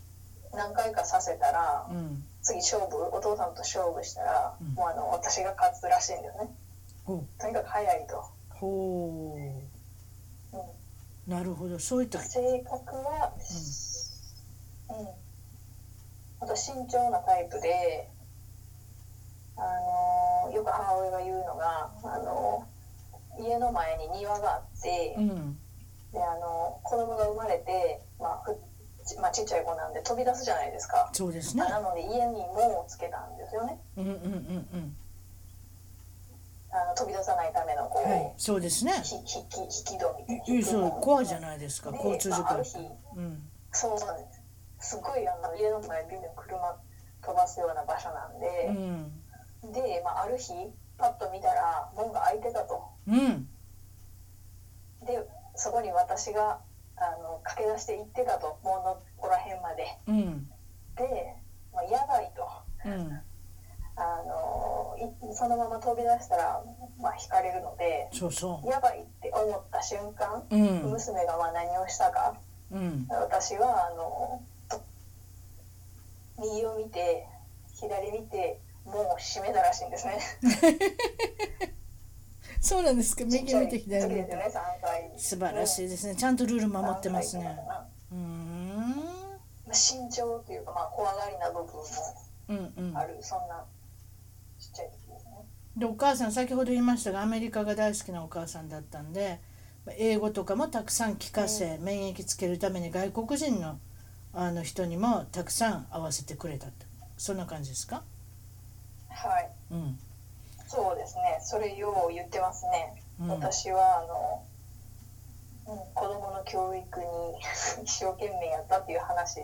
[SPEAKER 2] 何回かさせたら、
[SPEAKER 1] うん、
[SPEAKER 2] 次勝負お父さんと勝負したら、
[SPEAKER 1] うん
[SPEAKER 2] もうあの私が勝つらしいんだよね
[SPEAKER 1] ほう
[SPEAKER 2] とにかく早いと、
[SPEAKER 1] ほ
[SPEAKER 2] うん、
[SPEAKER 1] う、なるほど、そういった、
[SPEAKER 2] 性格はうん、あと慎重なタイプであのーよく母親が言うのが、あのー家の前に庭があって、
[SPEAKER 1] うん、
[SPEAKER 2] であの子供が生まれて、まあふちまあ、ちっちゃい子なんで飛び出すじゃないですか、
[SPEAKER 1] そうですね。
[SPEAKER 2] なので家に門をつけたんですよね
[SPEAKER 1] うんうんうんうん。
[SPEAKER 2] あの飛び出さないためのこう、
[SPEAKER 1] はい、そうですね。
[SPEAKER 2] ひ引き引き戸みたいな
[SPEAKER 1] ゆゆそう怖いじゃ
[SPEAKER 2] い
[SPEAKER 1] ないですか、
[SPEAKER 2] で
[SPEAKER 1] 交通事
[SPEAKER 2] まあ、あ
[SPEAKER 1] 故
[SPEAKER 2] る。日
[SPEAKER 1] うん。
[SPEAKER 2] そうなんですすごいあの家の前ビュンビュン車飛ばすような場所なん
[SPEAKER 1] う
[SPEAKER 2] で、
[SPEAKER 1] ん。
[SPEAKER 2] で、まあ、ある日パッと見たら門が開いてたと
[SPEAKER 1] うん。
[SPEAKER 2] でそこに私があの駆け出して行ってたと門のここら辺まで
[SPEAKER 1] うん。
[SPEAKER 2] で、まあ、やばいと。
[SPEAKER 1] うん。
[SPEAKER 2] あのいそのまま飛び出したら、まあ、引かれるので
[SPEAKER 1] そうそ
[SPEAKER 2] やばいって思った瞬間、
[SPEAKER 1] う。うん。
[SPEAKER 2] 娘がまあ何をしたか
[SPEAKER 1] うん。
[SPEAKER 2] 私はあのと右を見て左見て門を閉めたらしいんですね
[SPEAKER 1] そうなんですか、右見て左見
[SPEAKER 2] ちっちゃい時ですよ
[SPEAKER 1] て。
[SPEAKER 2] ね3回
[SPEAKER 1] 素晴らしいですね。ちゃんとルール守ってます
[SPEAKER 2] 三回
[SPEAKER 1] ね
[SPEAKER 2] とか。かな
[SPEAKER 1] うーん。
[SPEAKER 2] まあ慎重というか、まあ、怖がりな部分も
[SPEAKER 1] うんうん
[SPEAKER 2] あ。る、そんなちっちゃい時ですね
[SPEAKER 1] で、お母さん、先ほど言いましたが、アメリカが大好きなお母さんだったんで、英語とかもたくさん聞かせ、免疫つけるために外国人のあの人にもたくさん会わせてくれたって。そんな感じですか
[SPEAKER 2] はい
[SPEAKER 1] うん。
[SPEAKER 2] そうですねそれよう言ってますね
[SPEAKER 1] うん
[SPEAKER 2] 私はあの、うん、子供の教育に一生懸命やったっていう話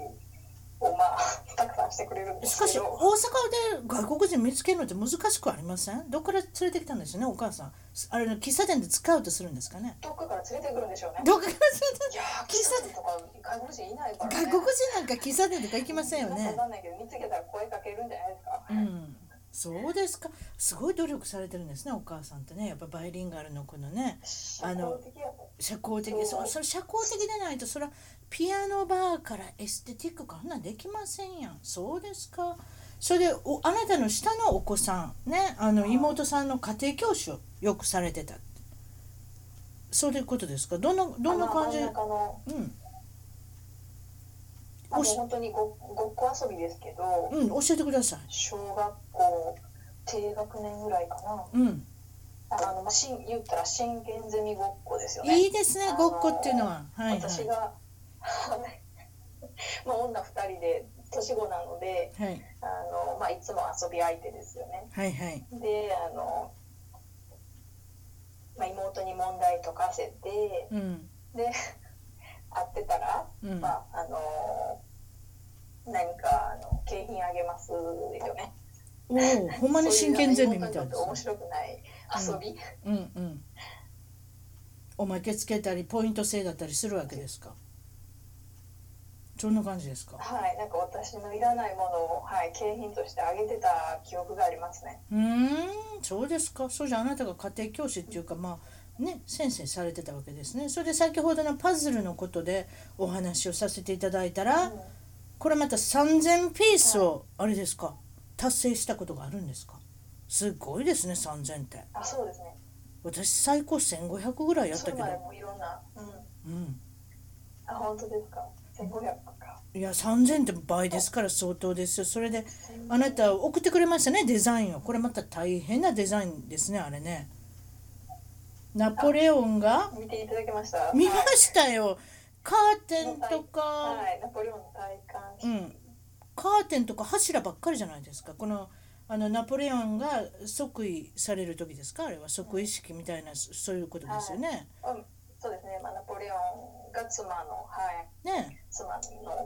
[SPEAKER 2] をまあたくさんしてくれるんで
[SPEAKER 1] し
[SPEAKER 2] す
[SPEAKER 1] か
[SPEAKER 2] け
[SPEAKER 1] し大
[SPEAKER 2] ど
[SPEAKER 1] 阪で外国人見つけるのって難しくありませんどこから連れてきたんですよねお母さんあれの喫茶店で使うとするんですかね
[SPEAKER 2] どっかから連れてくるんでしょうね
[SPEAKER 1] どこから連れ
[SPEAKER 2] いやー
[SPEAKER 1] 喫
[SPEAKER 2] 喫
[SPEAKER 1] 茶
[SPEAKER 2] 茶店とか外国人いないから、
[SPEAKER 1] て
[SPEAKER 2] ね、
[SPEAKER 1] 外国人なんか喫茶店とか行きませんよ
[SPEAKER 2] なんか
[SPEAKER 1] ね
[SPEAKER 2] わかんないけど見つけたら声かけるんじゃないですか、
[SPEAKER 1] うんそうですかすごい努力されてるんですねお母さんってねやっぱバイリンガルのこのねあの
[SPEAKER 2] 社交的や
[SPEAKER 1] 社交
[SPEAKER 2] った
[SPEAKER 1] 的そうそれ社交的でないとそれはピアノバーからエステティックかあんなんできませんやんそうですかそれでおあなたの下のお子さんねあの妹さんの家庭教師をよくされてたってそういうことですかどんなどんな感じ
[SPEAKER 2] あの真ん中の
[SPEAKER 1] うん
[SPEAKER 2] あの
[SPEAKER 1] おし
[SPEAKER 2] 本当にごごっこ遊びですけど
[SPEAKER 1] うん教えてください
[SPEAKER 2] 小学校低学年ぐらいかな
[SPEAKER 1] うん
[SPEAKER 2] あのまあしん言ったら真剣ゼミごっこですよね
[SPEAKER 1] いいですねごっこっていうのははいは
[SPEAKER 2] 私
[SPEAKER 1] い
[SPEAKER 2] が、 *laughs* まあ、女2人で年子なので
[SPEAKER 1] はい
[SPEAKER 2] あの、まあ、いつも遊び相手ですよね
[SPEAKER 1] はいはい
[SPEAKER 2] であの、まあ、妹に問題解かせて
[SPEAKER 1] うん
[SPEAKER 2] で会ってたら、
[SPEAKER 1] うん
[SPEAKER 2] まあ、あの何かあの景品あげますよね
[SPEAKER 1] おおほんまに真剣ゼミみたいで
[SPEAKER 2] ですす、
[SPEAKER 1] ね
[SPEAKER 2] 面白くない遊び、
[SPEAKER 1] うんうんおまけつけたりポイント制だったりするわけですかそんな感じですか
[SPEAKER 2] はい、なんか私のいらないものを、はい、景品としてあげてた記憶がありますね。
[SPEAKER 1] うーんそうですかそうじゃあなたが家庭教師っていうかまあね先生されてたわけですねそれで先ほどのパズルのことでお話をさせていただいたら、
[SPEAKER 2] うん
[SPEAKER 1] これまた3000ピースをあれですか達成したことがあるんですかすごいですね3000って
[SPEAKER 2] あ、そうですね。
[SPEAKER 1] 私最高1500ぐらいやっ
[SPEAKER 2] そ
[SPEAKER 1] た
[SPEAKER 2] れ
[SPEAKER 1] け
[SPEAKER 2] まで
[SPEAKER 1] ど
[SPEAKER 2] もいろんな、うん、
[SPEAKER 1] うん
[SPEAKER 2] あ、本当ですか。千五百か。
[SPEAKER 1] いや3000って倍ですから相当ですよそれで
[SPEAKER 2] 1500
[SPEAKER 1] あなた送ってくれましたねデザインをこれまた大変なデザインですねあれねナポレオンが
[SPEAKER 2] 見ていただきました。
[SPEAKER 1] 見ましたよカーテンとか、
[SPEAKER 2] はい、はい、ナポレオンの体感。
[SPEAKER 1] うん、カーテンとか柱ばっかりじゃないですかこのあのナポレオンが即位される時ですかあれは即位式みたいなそそういうことですよね。
[SPEAKER 2] うん、そうですね。まあ、ナポレオンが妻の、はい、
[SPEAKER 1] ね
[SPEAKER 2] 妻の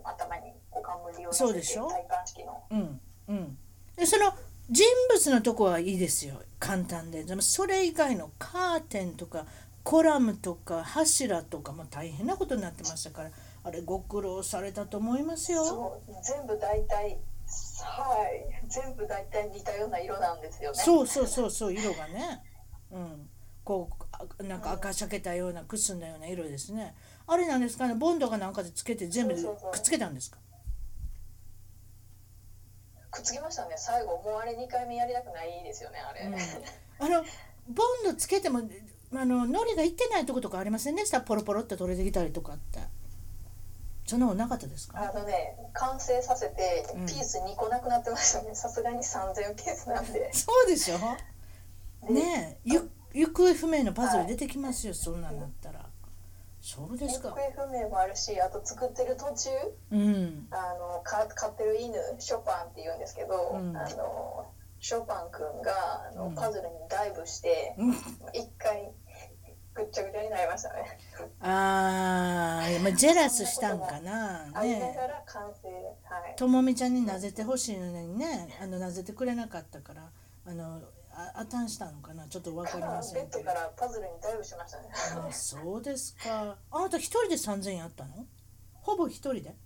[SPEAKER 2] 頭にこう冠を
[SPEAKER 1] そう
[SPEAKER 2] 乗
[SPEAKER 1] で
[SPEAKER 2] せ
[SPEAKER 1] してょ
[SPEAKER 2] 体感式の。
[SPEAKER 1] うんうん、でその人物のとこはいいですよ簡単ででもそれ以外のカーテンとかコラムとか柱とかもう大変なことになってましたからあれご苦労されたと思いますよ。
[SPEAKER 2] そう、全部大体。はい、全部大体似たような色なんですよね。
[SPEAKER 1] そうそうそうそう色がね、うん、こうあなんか赤しゃけたようなくすんだような色ですねあれなんですかねボンドかなんかでつけて全部く
[SPEAKER 2] そうそうそう
[SPEAKER 1] っつけたんですか
[SPEAKER 2] くっつきましたね。最後、もうあれ二回目やりたくないですよね。あれ。
[SPEAKER 1] うんあのボンドつけてもあのノリがいってないとことかありませんでしたポロポロって取れてきたりとかってそんなことなかったですか
[SPEAKER 2] *laughs* あのね、完成させて
[SPEAKER 1] うん
[SPEAKER 2] ピース2個なくなってましたねさすがに3000ピースなんで
[SPEAKER 1] そうでしょねえゆ行方不明のパズル出てきますよ、そんなんだったらそうです
[SPEAKER 2] 行方
[SPEAKER 1] か
[SPEAKER 2] 不明もあるしあと作ってる途中
[SPEAKER 1] うん
[SPEAKER 2] あのか飼ってる犬ショパンって言うんですけど、
[SPEAKER 1] うん
[SPEAKER 2] あのショパンくんがあの
[SPEAKER 1] うん
[SPEAKER 2] パズルにダイブして
[SPEAKER 1] うん
[SPEAKER 2] 一回ぐっちゃぐちゃになりましたね。
[SPEAKER 1] あーまあジェラスしたんかな
[SPEAKER 2] ありな
[SPEAKER 1] ね
[SPEAKER 2] がら完成はい。
[SPEAKER 1] ともみちゃんになぜてほしいのにねあのなぜてくれなかったからあのああたんしたのかなちょっとわかりませ
[SPEAKER 2] ベ
[SPEAKER 1] ん
[SPEAKER 2] ッ
[SPEAKER 1] け
[SPEAKER 2] ド
[SPEAKER 1] ど
[SPEAKER 2] からパズルにダイブしましたね。 *laughs*
[SPEAKER 1] あそうですかあなた一人で3000円あったのほぼ一人で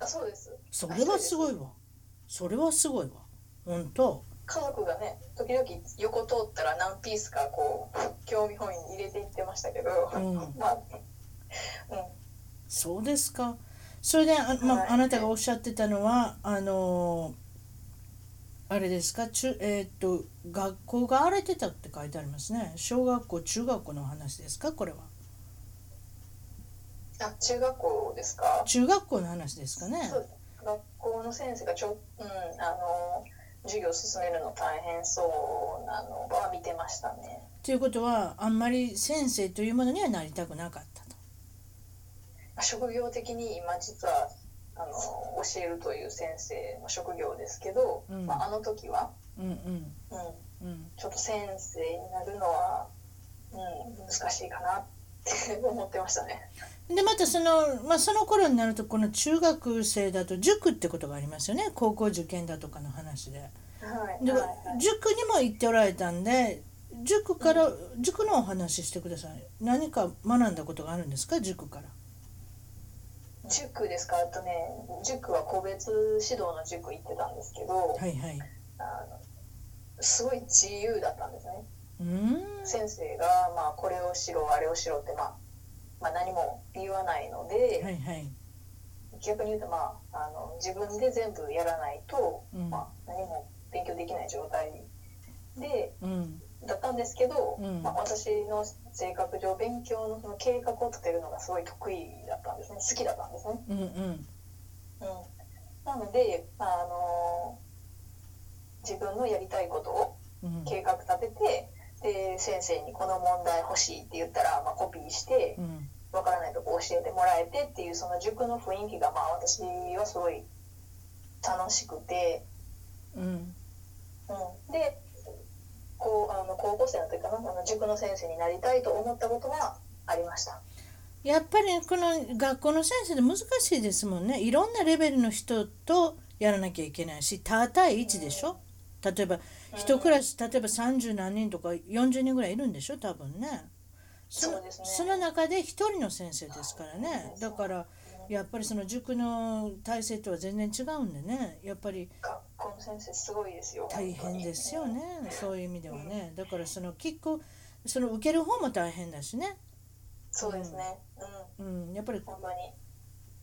[SPEAKER 2] あそうです。
[SPEAKER 1] それはすご
[SPEAKER 2] い。
[SPEAKER 1] いわそれはすごいわ本当
[SPEAKER 2] 家族がね時々横通ったら何ピースかこう興味本位に入れていってましたけど、
[SPEAKER 1] うん
[SPEAKER 2] まあ、うん、
[SPEAKER 1] そうですかそれであ,、ま
[SPEAKER 2] はい
[SPEAKER 1] あ、あなたがおっしゃってたのはあのーあれですか中えーっと学校が荒れてたって書いてありますね小学校中学校のお話ですかこれは
[SPEAKER 2] あ中学校ですか。
[SPEAKER 1] 中学校の話ですかね
[SPEAKER 2] そうです学校の先生がちょ、うん、あの授業を進めるの大変そうなのは見てましたね。
[SPEAKER 1] ということはあんまり先生というものにはなりたくなかったと
[SPEAKER 2] まあ職業的に今実はあの教えるという先生の職業ですけど、
[SPEAKER 1] うん
[SPEAKER 2] まあ、あの時は、
[SPEAKER 1] うんうん
[SPEAKER 2] うん、
[SPEAKER 1] うん
[SPEAKER 2] ちょっと先生になるのは、うん、難しいかなって *laughs* 思ってましたね。
[SPEAKER 1] でまたその,、まあ、その頃になるとこの中学生だと塾ってことがありますよね高校受験だとかの話で
[SPEAKER 2] はい、
[SPEAKER 1] で
[SPEAKER 2] はいはい
[SPEAKER 1] 塾にも行っておられたんで塾から、塾のお話ししてください何か学んだことがあるんですか塾から
[SPEAKER 2] 塾ですかあとね塾は個別指導の塾行ってたんですけど
[SPEAKER 1] はいはい
[SPEAKER 2] あのすごい自由だったんですね
[SPEAKER 1] うーん
[SPEAKER 2] 先生が、まあ、これをしろあれをしろって、まあまあ、何も言わないので、
[SPEAKER 1] はいはい
[SPEAKER 2] 逆に言うと、まあ、あの自分で全部やらないと、
[SPEAKER 1] うん
[SPEAKER 2] まあ、何も勉強できない状態で
[SPEAKER 1] うん
[SPEAKER 2] だったんですけど、
[SPEAKER 1] うん
[SPEAKER 2] まあ、私の性格上勉強のその計画を立てるのがすごい得意だったんですね好きだったんですね。
[SPEAKER 1] うんうん
[SPEAKER 2] うん、なので、まああの自分のやりたいことを
[SPEAKER 1] うん
[SPEAKER 2] 計画立てて、で先生にこの問題欲しいって言ったら、まあ、コピーして
[SPEAKER 1] うん
[SPEAKER 2] わからないとこ教えてもらえてっていうその塾の雰囲気が、まあ、私はすごい楽しくて、
[SPEAKER 1] うん
[SPEAKER 2] うん、でこうあの高校生の時かなあの塾の先生になりたいと思ったことはありました。
[SPEAKER 1] やっぱりこの学校の先生で難しいですもんねいろんなレベルの人とやらなきゃいけないし多対一でしょ例えば一クラス例えば30何人とか40人ぐらいいるんでしょ多分ねそ
[SPEAKER 2] そうですね
[SPEAKER 1] その中で一人の先生ですからねだからやっぱりその塾の体制とは全然違うんでねやっぱり
[SPEAKER 2] 学校の先生すごいですよ
[SPEAKER 1] 大変ですよねそういう意味ではねだからその結構その受ける方も大変だしね、
[SPEAKER 2] そうですね
[SPEAKER 1] うん、やっぱり
[SPEAKER 2] うんほんまに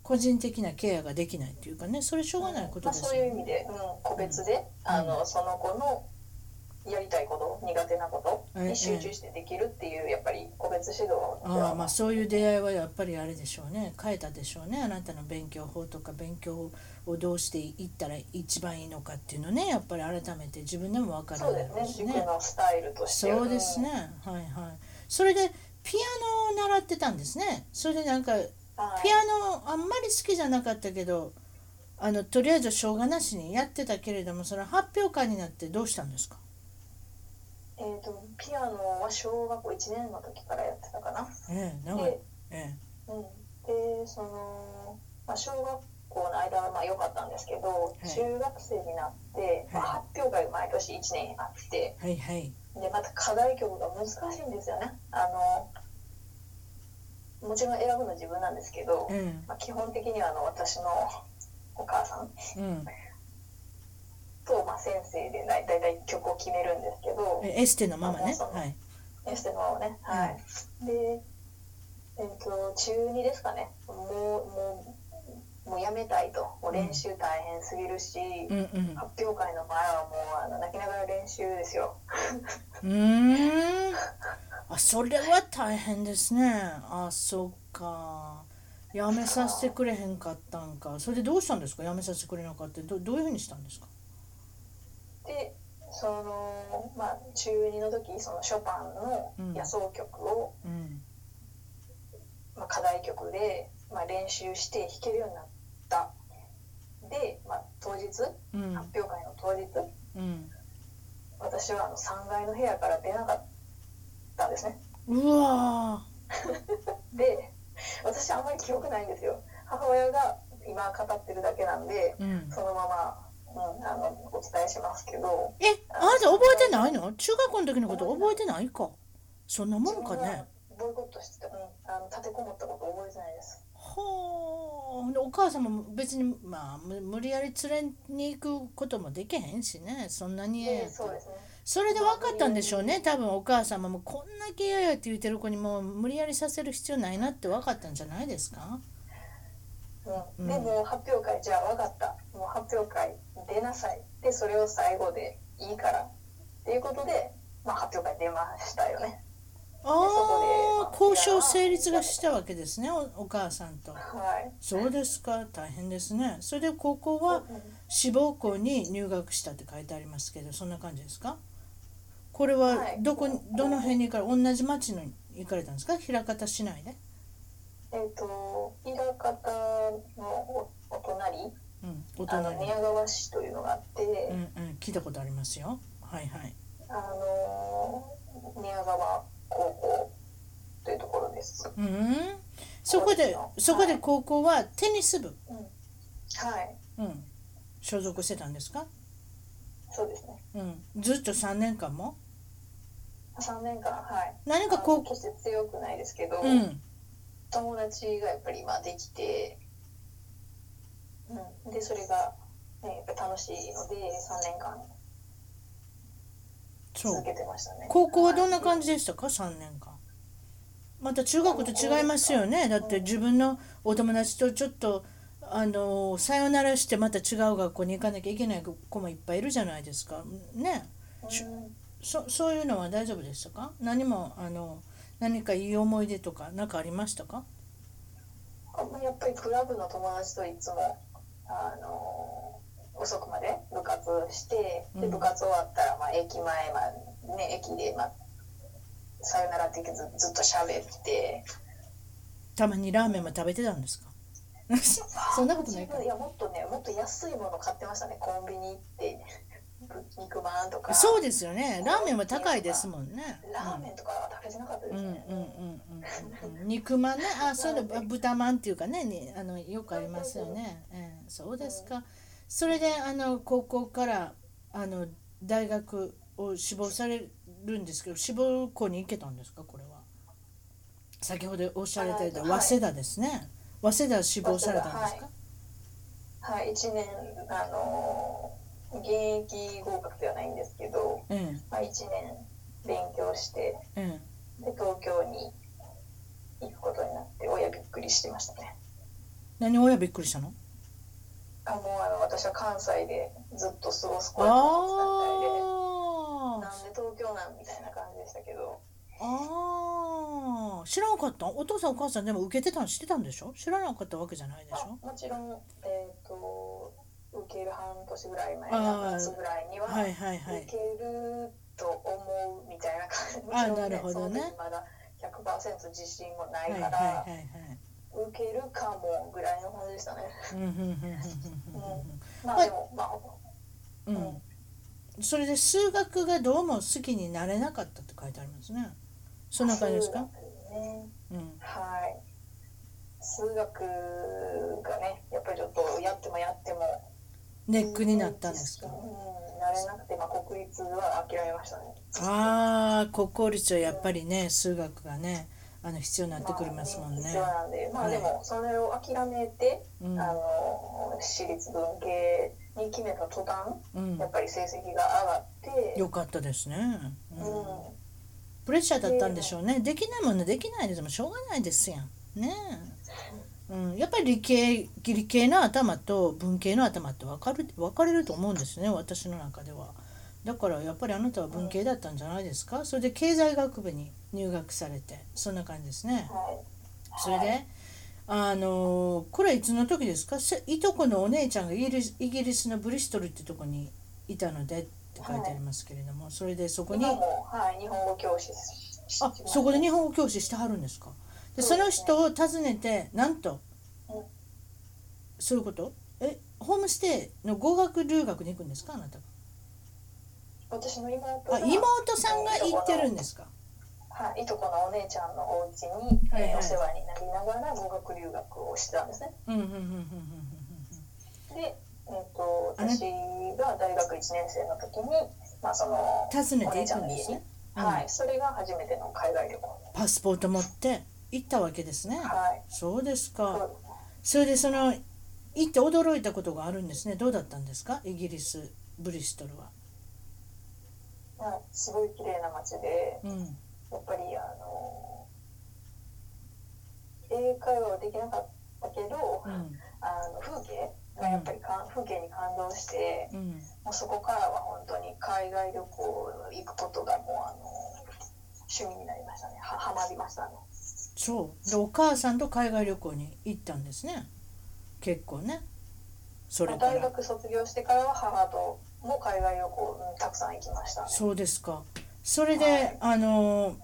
[SPEAKER 1] 個人的なケアができないっていうかねそれしょうがないこと
[SPEAKER 2] まあ、
[SPEAKER 1] です
[SPEAKER 2] そう
[SPEAKER 1] よ
[SPEAKER 2] い
[SPEAKER 1] ね
[SPEAKER 2] う意味で、うん、個別で、あのその子のやりたいこと苦手なこと
[SPEAKER 1] ええ
[SPEAKER 2] に集中してできるっていうやっぱり個別指導で
[SPEAKER 1] ああ
[SPEAKER 2] は
[SPEAKER 1] まあそういう出会いはやっぱりあれでしょうね変えたでしょうねあなたの勉強法とか勉強をどうしていったら一番いいのかっていうのねやっぱり改めて自分でも分か
[SPEAKER 2] そ
[SPEAKER 1] る
[SPEAKER 2] うですね塾のスタイルとして
[SPEAKER 1] そうですね、はいはいそれでピアノを習ってたんですねそれでなんか
[SPEAKER 2] うんはい
[SPEAKER 1] ピアノあんまり好きじゃなかったけどあのとりあえずしょうがなしにやってたけれどもその発表会になってどうしたんですか
[SPEAKER 2] えー、とピアノは小学校1年の時からやってたかな。
[SPEAKER 1] ええ長い
[SPEAKER 2] で,、
[SPEAKER 1] え
[SPEAKER 2] うん、でその、まあ、小学校の間はまあ良かったんですけど、
[SPEAKER 1] い
[SPEAKER 2] 中学生になって、まあ
[SPEAKER 1] は
[SPEAKER 2] 発表会が毎年1年あって
[SPEAKER 1] えはいはい
[SPEAKER 2] でまた課題曲が難しいんですよね。あのもちろん選ぶの自分なんですけど、
[SPEAKER 1] うん
[SPEAKER 2] まあ、基本的にはあの私のお母さん
[SPEAKER 1] うん
[SPEAKER 2] と、まあ、先生でだいだいたい曲を決めるんですけど。
[SPEAKER 1] えエステのママね
[SPEAKER 2] あそう
[SPEAKER 1] はい
[SPEAKER 2] エステのね、はい。で、えっ、と、中2ですかね、もう、もう、もうやめたいと、もう練習大変すぎるし、
[SPEAKER 1] うんうん
[SPEAKER 2] 発表会の前はもうあの泣きながら練習ですよ。
[SPEAKER 1] うーんあそれは大変ですねあそっかやめさせてくれへんかったんかそれでどうしたんですかやめさせてくれなかったどどういうふうにしたんですか
[SPEAKER 2] で、その、まあ、中2の時、そのショパンの
[SPEAKER 1] うん
[SPEAKER 2] 野草曲を、
[SPEAKER 1] うん
[SPEAKER 2] まあ、課題曲で、まあ、練習して弾けるようになった。で、まあ、当日、発
[SPEAKER 1] うん
[SPEAKER 2] 表会の当日、
[SPEAKER 1] うん
[SPEAKER 2] 私はあの3階の部屋から出なかったんですね。
[SPEAKER 1] うわ
[SPEAKER 2] で私あんまり記憶ないんですよ母親が今語ってるだけなんで
[SPEAKER 1] ーうん
[SPEAKER 2] そのまま、うん、あのお伝えしますけど
[SPEAKER 1] えあなた覚えてないの中学校の時のこと覚えてないかそんなもんかね
[SPEAKER 2] 自分がボイコットしてた、うん、あの立てこもったこと覚えてないです
[SPEAKER 1] ほーでお母さんも別にまあむ無理やり連れに行くこともできへんしねそんなに
[SPEAKER 2] でそうですね
[SPEAKER 1] それで分かったんでしょうね多分お母様もこんだけ嫌やって言ってる子にもう無理やりさせる必要ないなって分かったんじゃないですか
[SPEAKER 2] う
[SPEAKER 1] うん
[SPEAKER 2] ん、でもう発表会じゃあ分かったもう発表会出なさいでそれを最後でいいからっていうことで、まあ、発表会出ましたよね *laughs*
[SPEAKER 1] ああ
[SPEAKER 2] そこで
[SPEAKER 1] 交渉成立がしたわけですねおお母さんと
[SPEAKER 2] はい
[SPEAKER 1] そうですか大変ですねそれで高校は
[SPEAKER 2] うん
[SPEAKER 1] 志望校に入学したって書いてありますけどそんな感じですかこれはどこに、
[SPEAKER 2] はい
[SPEAKER 1] どの辺に行かれ同じ町に行かれたんですか枚方市内で
[SPEAKER 2] えっ、と平方のおお隣
[SPEAKER 1] うんお
[SPEAKER 2] あの
[SPEAKER 1] 隣
[SPEAKER 2] 宮川市というのがあって、
[SPEAKER 1] うんうん聞いたことありますよはいはい
[SPEAKER 2] あのー宮川高校というところです。
[SPEAKER 1] うんそこで
[SPEAKER 2] そうですよ
[SPEAKER 1] そこで高校はテニス部、
[SPEAKER 2] はい、
[SPEAKER 1] うん、所属してたんですか、
[SPEAKER 2] そうですね。
[SPEAKER 1] うん、ずっと3年間も
[SPEAKER 2] 3年間、はい。
[SPEAKER 1] 何か
[SPEAKER 2] あの
[SPEAKER 1] こ
[SPEAKER 2] 決して強くないですけど、
[SPEAKER 1] う、うん、
[SPEAKER 2] 友達がやっぱり今できて、うん、でそれが、ね、やっぱ楽しいので3年間
[SPEAKER 1] そ
[SPEAKER 2] 続
[SPEAKER 1] う
[SPEAKER 2] けてましたね。
[SPEAKER 1] 高校はどんな感じでしたか3年間また中学と違いますよねだって自分のお友達とちょっとあのさよならしてまた違う学校に行かなきゃいけない子もいっぱいいるじゃないですかね
[SPEAKER 2] はいうん
[SPEAKER 1] そそういうのは大丈夫でしたか何もあの何かいい思い出とか何かありましたか
[SPEAKER 2] あんまりやっぱりクラブの友達といつも、あのー遅くまで部活して
[SPEAKER 1] う
[SPEAKER 2] で
[SPEAKER 1] ん
[SPEAKER 2] 部活終わったらまあ駅前、まあね、駅で、まあ、さよならって言ってずずっと喋って
[SPEAKER 1] たまにラーメンも食べてたんですか *laughs* そんなことない
[SPEAKER 2] 自
[SPEAKER 1] か
[SPEAKER 2] 分いやもっとねもっと安いもの買ってましたねコンビニ行ってぶ肉まんとか
[SPEAKER 1] そうですよねラーメンは高いですもんね
[SPEAKER 2] ラーメンとかは食べてなかったで
[SPEAKER 1] うん
[SPEAKER 2] す
[SPEAKER 1] うんうん
[SPEAKER 2] ね、
[SPEAKER 1] うんうん肉まんねあそうだ豚まんっていうかねにあのよくありますよね、ええそうですかそれであの高校からあの大学を志望されるんですけど志望校に行けたんですかこれは先ほどおっしゃられていた
[SPEAKER 2] はい
[SPEAKER 1] 早稲田ですね、早稲田を志望されたんですか、
[SPEAKER 2] はい、1年、あのー現役合格ではないんですけど、
[SPEAKER 1] え
[SPEAKER 2] まあ、1年勉強して
[SPEAKER 1] えええ
[SPEAKER 2] で東京に行くことになって親びっくりしてましたね
[SPEAKER 1] 何親びっくりしたの
[SPEAKER 2] あもうあの私は関西でずっと過ごす子だと思っ
[SPEAKER 1] あ
[SPEAKER 2] てたみたいでなんで東京なんみたいな感じでしたけど
[SPEAKER 1] あああ知らなかったお父さんお母さんでも受けてたの知ってたんでしょ知らなかったわけじゃないでし
[SPEAKER 2] あ
[SPEAKER 1] ょ
[SPEAKER 2] もちろん、えー、と受ける半年ぐらい前
[SPEAKER 1] あー
[SPEAKER 2] 夏ぐらいには、
[SPEAKER 1] はいはいはい
[SPEAKER 2] けると思うみたいな感じ
[SPEAKER 1] あ
[SPEAKER 2] もちろん
[SPEAKER 1] なるほどね
[SPEAKER 2] その時まだ100%自信もな
[SPEAKER 1] はいいはい
[SPEAKER 2] か
[SPEAKER 1] は
[SPEAKER 2] ら、
[SPEAKER 1] いはい
[SPEAKER 2] 受けるかもぐらいの感じでしたね。
[SPEAKER 1] うんうんうんうんは
[SPEAKER 2] まあ
[SPEAKER 1] い
[SPEAKER 2] でも、まあ、
[SPEAKER 1] うんうんうんそれで数学がどうも好きになれなかったって書いてありますねそんな感じですか
[SPEAKER 2] 数学ね
[SPEAKER 1] うん
[SPEAKER 2] はい。数学がね、やっぱりちょっとやってもやっても。
[SPEAKER 1] ネックになったんですか
[SPEAKER 2] うん、慣れなくて、まあ、国立は諦めましたね。
[SPEAKER 1] ああ国公立はやっぱりね数学がねあの必要になってくりますもん
[SPEAKER 2] まあ
[SPEAKER 1] ね
[SPEAKER 2] 必要なんで、まあ、でも、それを諦めて、
[SPEAKER 1] うん
[SPEAKER 2] あの、私立文系に決めた途端、
[SPEAKER 1] うん
[SPEAKER 2] やっぱり成績が上がって。
[SPEAKER 1] よかったですね、
[SPEAKER 2] う
[SPEAKER 1] うん
[SPEAKER 2] ん
[SPEAKER 1] プレッシャーだったんでしょうねできないものできないですもんしょうがないですやんねえ、うん、やっぱり理系理系の頭と文系の頭って分かる分かれると思うんですね私の中ではだからやっぱりあなたは文系だったんじゃないですかそれで経済学部に入学されてそんな感じですね
[SPEAKER 2] はい。
[SPEAKER 1] それであのこれはいつの時ですかせいとこのお姉ちゃんがイギリスイギリスのブリストルってとこにいたのでって書いてありますけれども、それでそこに
[SPEAKER 2] 今も、はい、日本語教師し。
[SPEAKER 1] あ
[SPEAKER 2] してます
[SPEAKER 1] そこで日本語教師してはるんですかでそ
[SPEAKER 2] そう
[SPEAKER 1] の
[SPEAKER 2] ですね
[SPEAKER 1] 人を訪ねてなんと
[SPEAKER 2] うん
[SPEAKER 1] そういうことえホームステイの語学留学に行くんですかあなた
[SPEAKER 2] 私の妹が
[SPEAKER 1] あ妹さんが行ってるんですか
[SPEAKER 2] はい、いとこのお姉ちゃんのお家に、
[SPEAKER 1] はいはい
[SPEAKER 2] えーお世話になりながら語学留学をしてたんですね。
[SPEAKER 1] うんうんうんうんうんうんうん
[SPEAKER 2] で、えー、と
[SPEAKER 1] あれ
[SPEAKER 2] 私が大学1年生の時に、まあ、その
[SPEAKER 1] 訪ね
[SPEAKER 2] お
[SPEAKER 1] て
[SPEAKER 2] 姉
[SPEAKER 1] い
[SPEAKER 2] ちゃ
[SPEAKER 1] く
[SPEAKER 2] ん
[SPEAKER 1] ん
[SPEAKER 2] の
[SPEAKER 1] で
[SPEAKER 2] 家
[SPEAKER 1] す
[SPEAKER 2] に、
[SPEAKER 1] ね
[SPEAKER 2] はい、それが初めての海外旅行。
[SPEAKER 1] パスポート持って行ったわけですね
[SPEAKER 2] はい
[SPEAKER 1] そうです
[SPEAKER 2] そう
[SPEAKER 1] かそれでその行って驚いたことがあるんですねどうだったんですかイギリスブリストルは
[SPEAKER 2] まあすごい綺麗な街で、
[SPEAKER 1] うん
[SPEAKER 2] やっぱりあの英会話はできなかったけど、
[SPEAKER 1] うん
[SPEAKER 2] あの風景がやっぱりかん風景に感動して、
[SPEAKER 1] うん
[SPEAKER 2] もうそこからは本当に海外旅行行くことがもうあの趣味になりましたね。ははまりましたね。
[SPEAKER 1] そうでお母さんと海外旅行に行ったんですね結構ねそれか
[SPEAKER 2] 大
[SPEAKER 1] ら
[SPEAKER 2] 学卒業してからは母とも海外旅行、うんたくさん行きましたね。
[SPEAKER 1] そうですかそれで、
[SPEAKER 2] はい
[SPEAKER 1] あの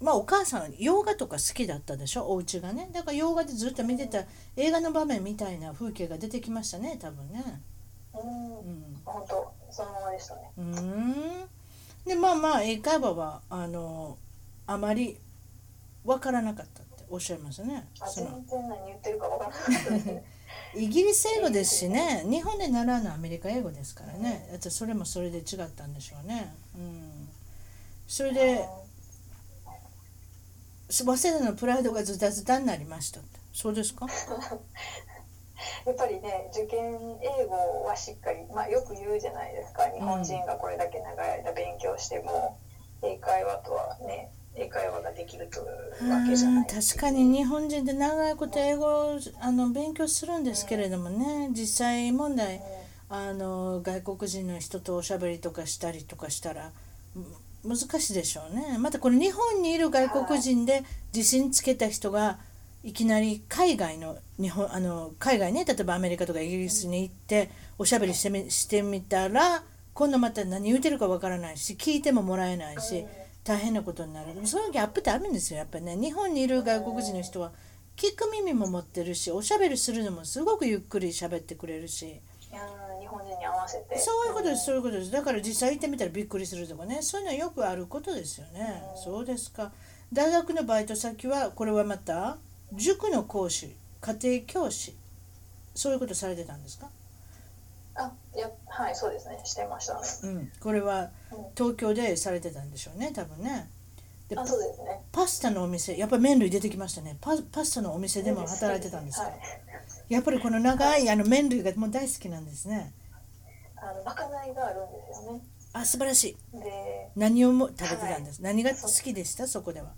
[SPEAKER 1] まあお母さん洋画とか好きだったでしょお家がねだから洋画でずっと見てた映画の場面みたいな風景が出てきましたね多分ね
[SPEAKER 2] うん、
[SPEAKER 1] うん
[SPEAKER 2] 本当そのままでしたね。
[SPEAKER 1] うーんでまあまあ英会話はあのあまりわからなかったっておっしゃいますね
[SPEAKER 2] あ
[SPEAKER 1] その
[SPEAKER 2] 全然何言ってるかわからなかったですね。
[SPEAKER 1] イギリス英語ですしね日本で習うのはアメリカ英語ですからねあとそれもそれで違ったんでしょうねうん *laughs* それで早稲田のプライドがズタズタになりましたってそうですか
[SPEAKER 2] やっぱりね受験英語はしっかり、まあ、よく言うじゃないですか日本人がこれだけ長い間勉強しても、英会話とはね英会話ができるというわけじゃない
[SPEAKER 1] 確かに日本人で長いこと英語をあの勉強するんですけれどもね実際問題あの外国人の人とおしゃべりとかしたりとかしたらむ難しいでしょうねまたこれ日本にいる外国人で自信つけた人がいきなり海外の日本あの海外ね例えばアメリカとかイギリスに行っておしゃべりしてみしてみたら今度また何言うてるかわからないし聞いてももらえないし大変なことになるでもそういうギャップってあるんですよやっぱりね日本にいる外国人の人は聞く耳も持ってるしおしゃべりするのもすごくゆっくり喋ってくれるし。
[SPEAKER 2] いやー日本人に合わせて
[SPEAKER 1] そういうことです、そういうことです。だから実際行ってみたらびっくりするとかね、そういうのはよくあることですよね。そうですか。大学のバイト先は、これはまた、塾の講師、家庭教師、そういうことされてたんですか
[SPEAKER 2] あいやはいそうですねしてましたね
[SPEAKER 1] うん。これは
[SPEAKER 2] うん
[SPEAKER 1] 東京でされてたんでしょうね、多分ね。で
[SPEAKER 2] あそうですね
[SPEAKER 1] パスタのお店やっぱり麺類出てきましたねパパスタのお店でも働いてたんですか、
[SPEAKER 2] はい、 *laughs*
[SPEAKER 1] やっぱりこの長いあの麺類がもう大好きなんですね
[SPEAKER 2] あのまかないがあるんですよね
[SPEAKER 1] あ素晴らしい
[SPEAKER 2] で
[SPEAKER 1] 何をも食べてたんです、何が好きでしたそこでは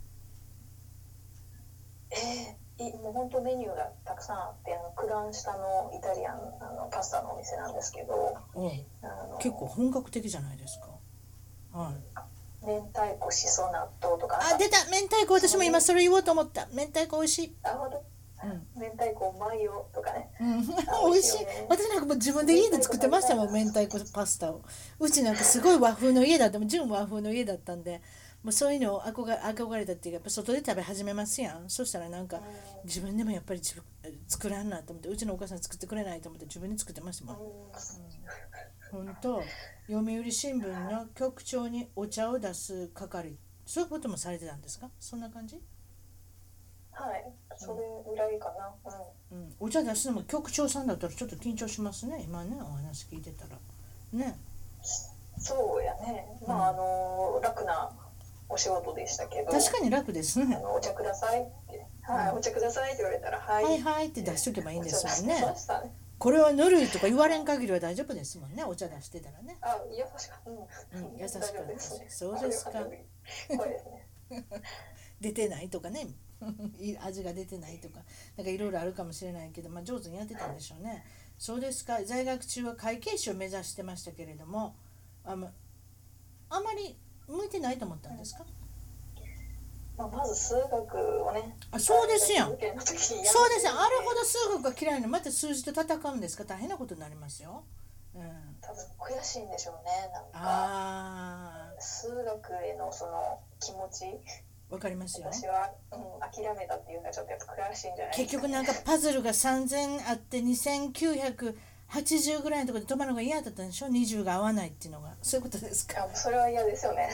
[SPEAKER 2] えーいもう本当メニューがたくさんあってあの九段下のイタリアンあのパスタのお店なんですけど
[SPEAKER 1] おう
[SPEAKER 2] あの
[SPEAKER 1] 結構本格的じゃないですかはい
[SPEAKER 2] 明太子しそ納豆とか
[SPEAKER 1] あ出た明太子私も今それ言おうと思った明太子美味しい、
[SPEAKER 2] あ本当
[SPEAKER 1] うん
[SPEAKER 2] 明太子マヨとかね
[SPEAKER 1] うん、 *laughs* 美
[SPEAKER 2] 美
[SPEAKER 1] 味
[SPEAKER 2] 味
[SPEAKER 1] し
[SPEAKER 2] し
[SPEAKER 1] い
[SPEAKER 2] いよね
[SPEAKER 1] 私なんかもう自分で家で作ってましたもん明太子パスタをうちなんかすごい和風の家だったもう純和風の家だったんでもうそういうのを憧れ憧れたっていうかやっぱ外で食べ始めますやんそしたらなんか自分でもやっぱり自分作らんなと思ってうちのお母さん作ってくれないと思って自分で作ってましたもん本当読売新聞の局長にお茶を出す係そういうこともされてたんですかそんな感じ、
[SPEAKER 2] はいそれぐらいかなうん
[SPEAKER 1] うん、お茶出すのも局長さんだったらちょっと緊張しますね今ねお話聞いてたらね
[SPEAKER 2] そうやねまああの楽なお仕事でしたけど
[SPEAKER 1] 確かに楽です
[SPEAKER 2] あ
[SPEAKER 1] ね
[SPEAKER 2] のお茶くださいって、はい、お茶くださいって言われたら、はい、
[SPEAKER 1] はいはいって出しとけばいいんですもん
[SPEAKER 2] お茶出
[SPEAKER 1] ね
[SPEAKER 2] ましたね
[SPEAKER 1] これはぬるいとか言われん限りは大丈夫ですもんねお茶出してたらね
[SPEAKER 2] あ、優しかった。
[SPEAKER 1] うん優しかった
[SPEAKER 2] 大丈夫ですね
[SPEAKER 1] そうですか
[SPEAKER 2] これはですね。
[SPEAKER 1] 出てないとかね *laughs* いい味が出てないとかなんかいろいろあるかもしれないけど、まあ、上手にやってたんでしょうねそうですか在学中は会計士を目指してましたけれどもあまあまり向いてないと思ったんですか
[SPEAKER 2] まあ、まず数学をね。
[SPEAKER 1] あそうですやん
[SPEAKER 2] 受験の時にやめて
[SPEAKER 1] そうですねあれほど数学が嫌いなのにまた数字と戦うんですか大変なことになりますよ、うん、
[SPEAKER 2] 多分悔しいんでしょうね。なんか。
[SPEAKER 1] あ
[SPEAKER 2] 数学へのその気持ち、
[SPEAKER 1] ーわかりますよ
[SPEAKER 2] 私は、うん、諦めたっていうのはちょっとやっぱ悔しいんじゃない
[SPEAKER 1] 結
[SPEAKER 2] ですか
[SPEAKER 1] 局なんかパズルが3000あって2980ぐらいのところで止まるのが嫌だったんでしょ20が合わないっていうのがそういうことですか
[SPEAKER 2] あもうそれは嫌ですよね。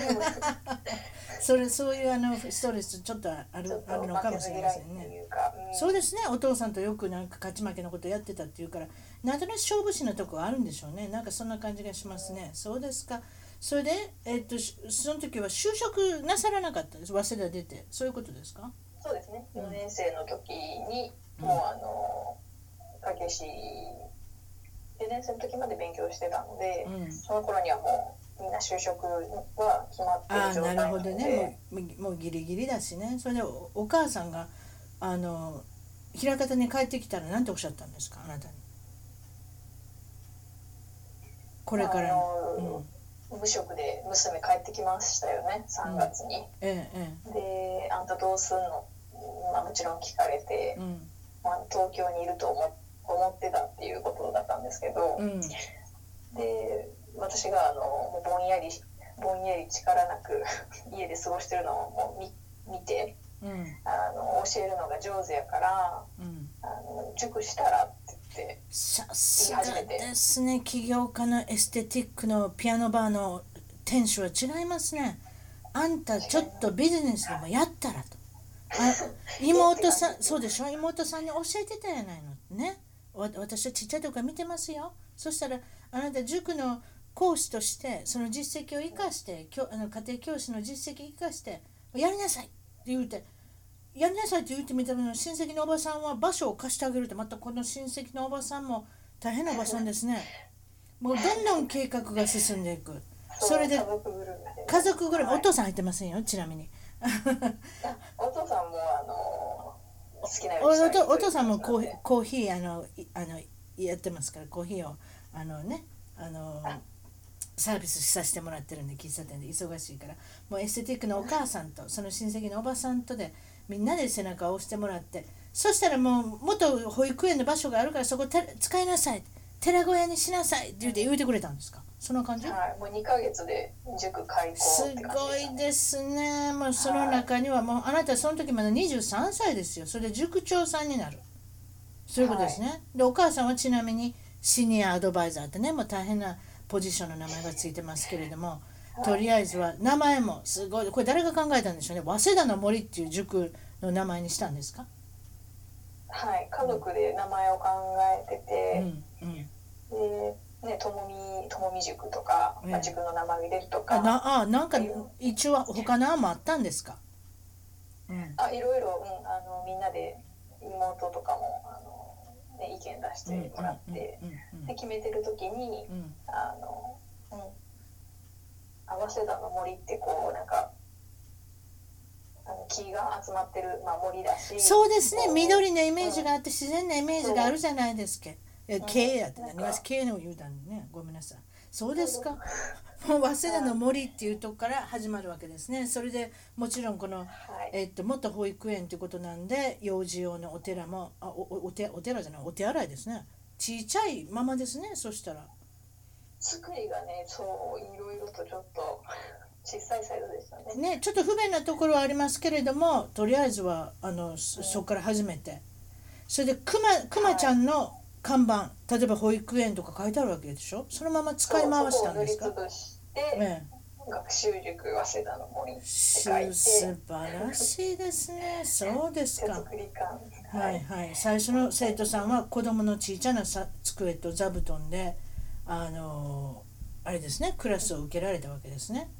[SPEAKER 1] それそういうあのストレスちょっとあ
[SPEAKER 2] ちょ
[SPEAKER 1] る
[SPEAKER 2] っと
[SPEAKER 1] あるのかもしれません
[SPEAKER 2] 負けず嫌いって
[SPEAKER 1] ね。
[SPEAKER 2] いうか、うん
[SPEAKER 1] そうですねお父さんとよくなんか勝ち負けのことやってたっていうからなんとなく勝負師のとこがあるんでしょうねなんかそんな感じがしますねそうですかそれで、えっとしその時は就職なさらなかったです早稲田出てそういうことですか
[SPEAKER 2] そうですね。
[SPEAKER 1] うん
[SPEAKER 2] 4年生の時に、
[SPEAKER 1] うん
[SPEAKER 2] もうあの影し4年生の時まで勉強してたので、
[SPEAKER 1] うん
[SPEAKER 2] その頃にはもうみんな就職は決まって
[SPEAKER 1] あ
[SPEAKER 2] る
[SPEAKER 1] あ
[SPEAKER 2] 状
[SPEAKER 1] な
[SPEAKER 2] 態
[SPEAKER 1] る
[SPEAKER 2] な
[SPEAKER 1] ほ
[SPEAKER 2] ので
[SPEAKER 1] どねもうもうもうギリギリだしねそれでおお母さんがあの枚方に帰ってきたら何ておっしゃったんですかあなたにこれから
[SPEAKER 2] あ
[SPEAKER 1] の、う
[SPEAKER 2] の
[SPEAKER 1] ん、
[SPEAKER 2] 無職で娘帰ってきましたよね3月に。
[SPEAKER 1] ええ
[SPEAKER 2] で「あんたどうすんの?」まあ、もちろん聞かれ
[SPEAKER 1] ええ
[SPEAKER 2] て、
[SPEAKER 1] うん
[SPEAKER 2] まあ、東京にいると思思ってたっていうことだったんですけど。
[SPEAKER 1] うん
[SPEAKER 2] で私があのもうぼんやりぼんやり力なく *laughs* 家で過ごしてるのをもう見見て
[SPEAKER 1] うん
[SPEAKER 2] あの教えるのが上手やから
[SPEAKER 1] うん
[SPEAKER 2] あの塾したらって言って
[SPEAKER 1] さすがですね起業家のエステティックのピアノバーの店主は違いますねあんたちょっとビジネスでもやったらとあ妹さんそうでしょ妹さんに教えてたやないのねわ私はちっちゃい時から見てますよそしたらあなた塾の講師としてその実績を生かして教あの家庭教師の実績生かしてやりなさいって言うてやりなさいって言ってみたら親戚のおばさんは場所を貸してあげるってまたこの親戚のおばさんも大変なおばさんですねもうどんどん計画が進んでいくそれで
[SPEAKER 2] 家族ぐるみで
[SPEAKER 1] 家族ぐるみ
[SPEAKER 2] はい
[SPEAKER 1] お父さん入ってませんよちなみに
[SPEAKER 2] あお父さんもあの好きなよ
[SPEAKER 1] お
[SPEAKER 2] うにした
[SPEAKER 1] お
[SPEAKER 2] いという
[SPEAKER 1] とお父さんもコーヒー
[SPEAKER 2] こ
[SPEAKER 1] コーヒーあのいあのやってますからコーヒーをあのねあのサービスさせてもらってるんで喫茶店で忙しいからもうエステティックのお母さんとその親戚のおばさんとでみんなで背中を押してもらってそしたらもう元保育園の場所があるからそこて使いなさい寺小屋にしなさいって言うて言うてくれたんですかその感
[SPEAKER 2] と
[SPEAKER 1] じ
[SPEAKER 2] ではい、もう2ヶ月で塾開
[SPEAKER 1] す
[SPEAKER 2] 校って感
[SPEAKER 1] ご
[SPEAKER 2] じで
[SPEAKER 1] いですねもうその中にはもうあなたその時まだ23歳ですよそれで塾長さんになるそういうことですね、でお母さんはちなみにシニアアドバイザーってねもう大変なポジションの名前がついてますけれどもとりあえずは名前もすごいこれ誰が考えたんでしょうね早稲田の森っていう塾の名前にしたんですか、
[SPEAKER 2] はい、家族で名前を考えて
[SPEAKER 1] うんう
[SPEAKER 2] て、
[SPEAKER 1] ん、
[SPEAKER 2] でねともみともみ塾とか、まあ、
[SPEAKER 1] うん
[SPEAKER 2] 塾の名前を入れるとか、
[SPEAKER 1] あなあなんか一応他の案もあったんですかうん
[SPEAKER 2] あいろいろ、うん、あのみんなで妹とかもあの、ね、意見出してもらって、
[SPEAKER 1] うん
[SPEAKER 2] で決めてる時に
[SPEAKER 1] うんうん
[SPEAKER 2] あの、うん、あ早稲田の森ってこうなんかあの木が集まってる、まあ、森だし
[SPEAKER 1] そうですね
[SPEAKER 2] こう
[SPEAKER 1] 緑のイメージがあって自然なイメージがあるじゃないですかえ
[SPEAKER 2] ん
[SPEAKER 1] K やってな
[SPEAKER 2] なん
[SPEAKER 1] り
[SPEAKER 2] か
[SPEAKER 1] ます K の言うたんねごめんなさいそうですかもう早稲田の森っていうとこから始まるわけですねそれでもちろんこの
[SPEAKER 2] はい、
[SPEAKER 1] えっと、元保育園ということなんで幼児用のお寺もあおおお手お寺じゃないお手洗いですねちっちゃいままですねそしたら
[SPEAKER 2] 作りがねそういろいろとちょっと小さいサイズでしたね。
[SPEAKER 1] ねちょっと不便なところはありますけれどもとりあえずはあのそそこから始めてそれでくまくまちゃんの看板例えば保育園とか書いてあるわけでしょそのまま使い回したんです
[SPEAKER 2] そ
[SPEAKER 1] か
[SPEAKER 2] こを塗りつぶして、
[SPEAKER 1] ええ
[SPEAKER 2] 学習塾早稲田の森って
[SPEAKER 1] す
[SPEAKER 2] 書いて
[SPEAKER 1] 素晴らしいですねそうです
[SPEAKER 2] 手
[SPEAKER 1] か
[SPEAKER 2] 作り感
[SPEAKER 1] はいはい、最初の生徒さんは子供の小さなさ机と座布団であのーあれですねクラスを受けられたわけですね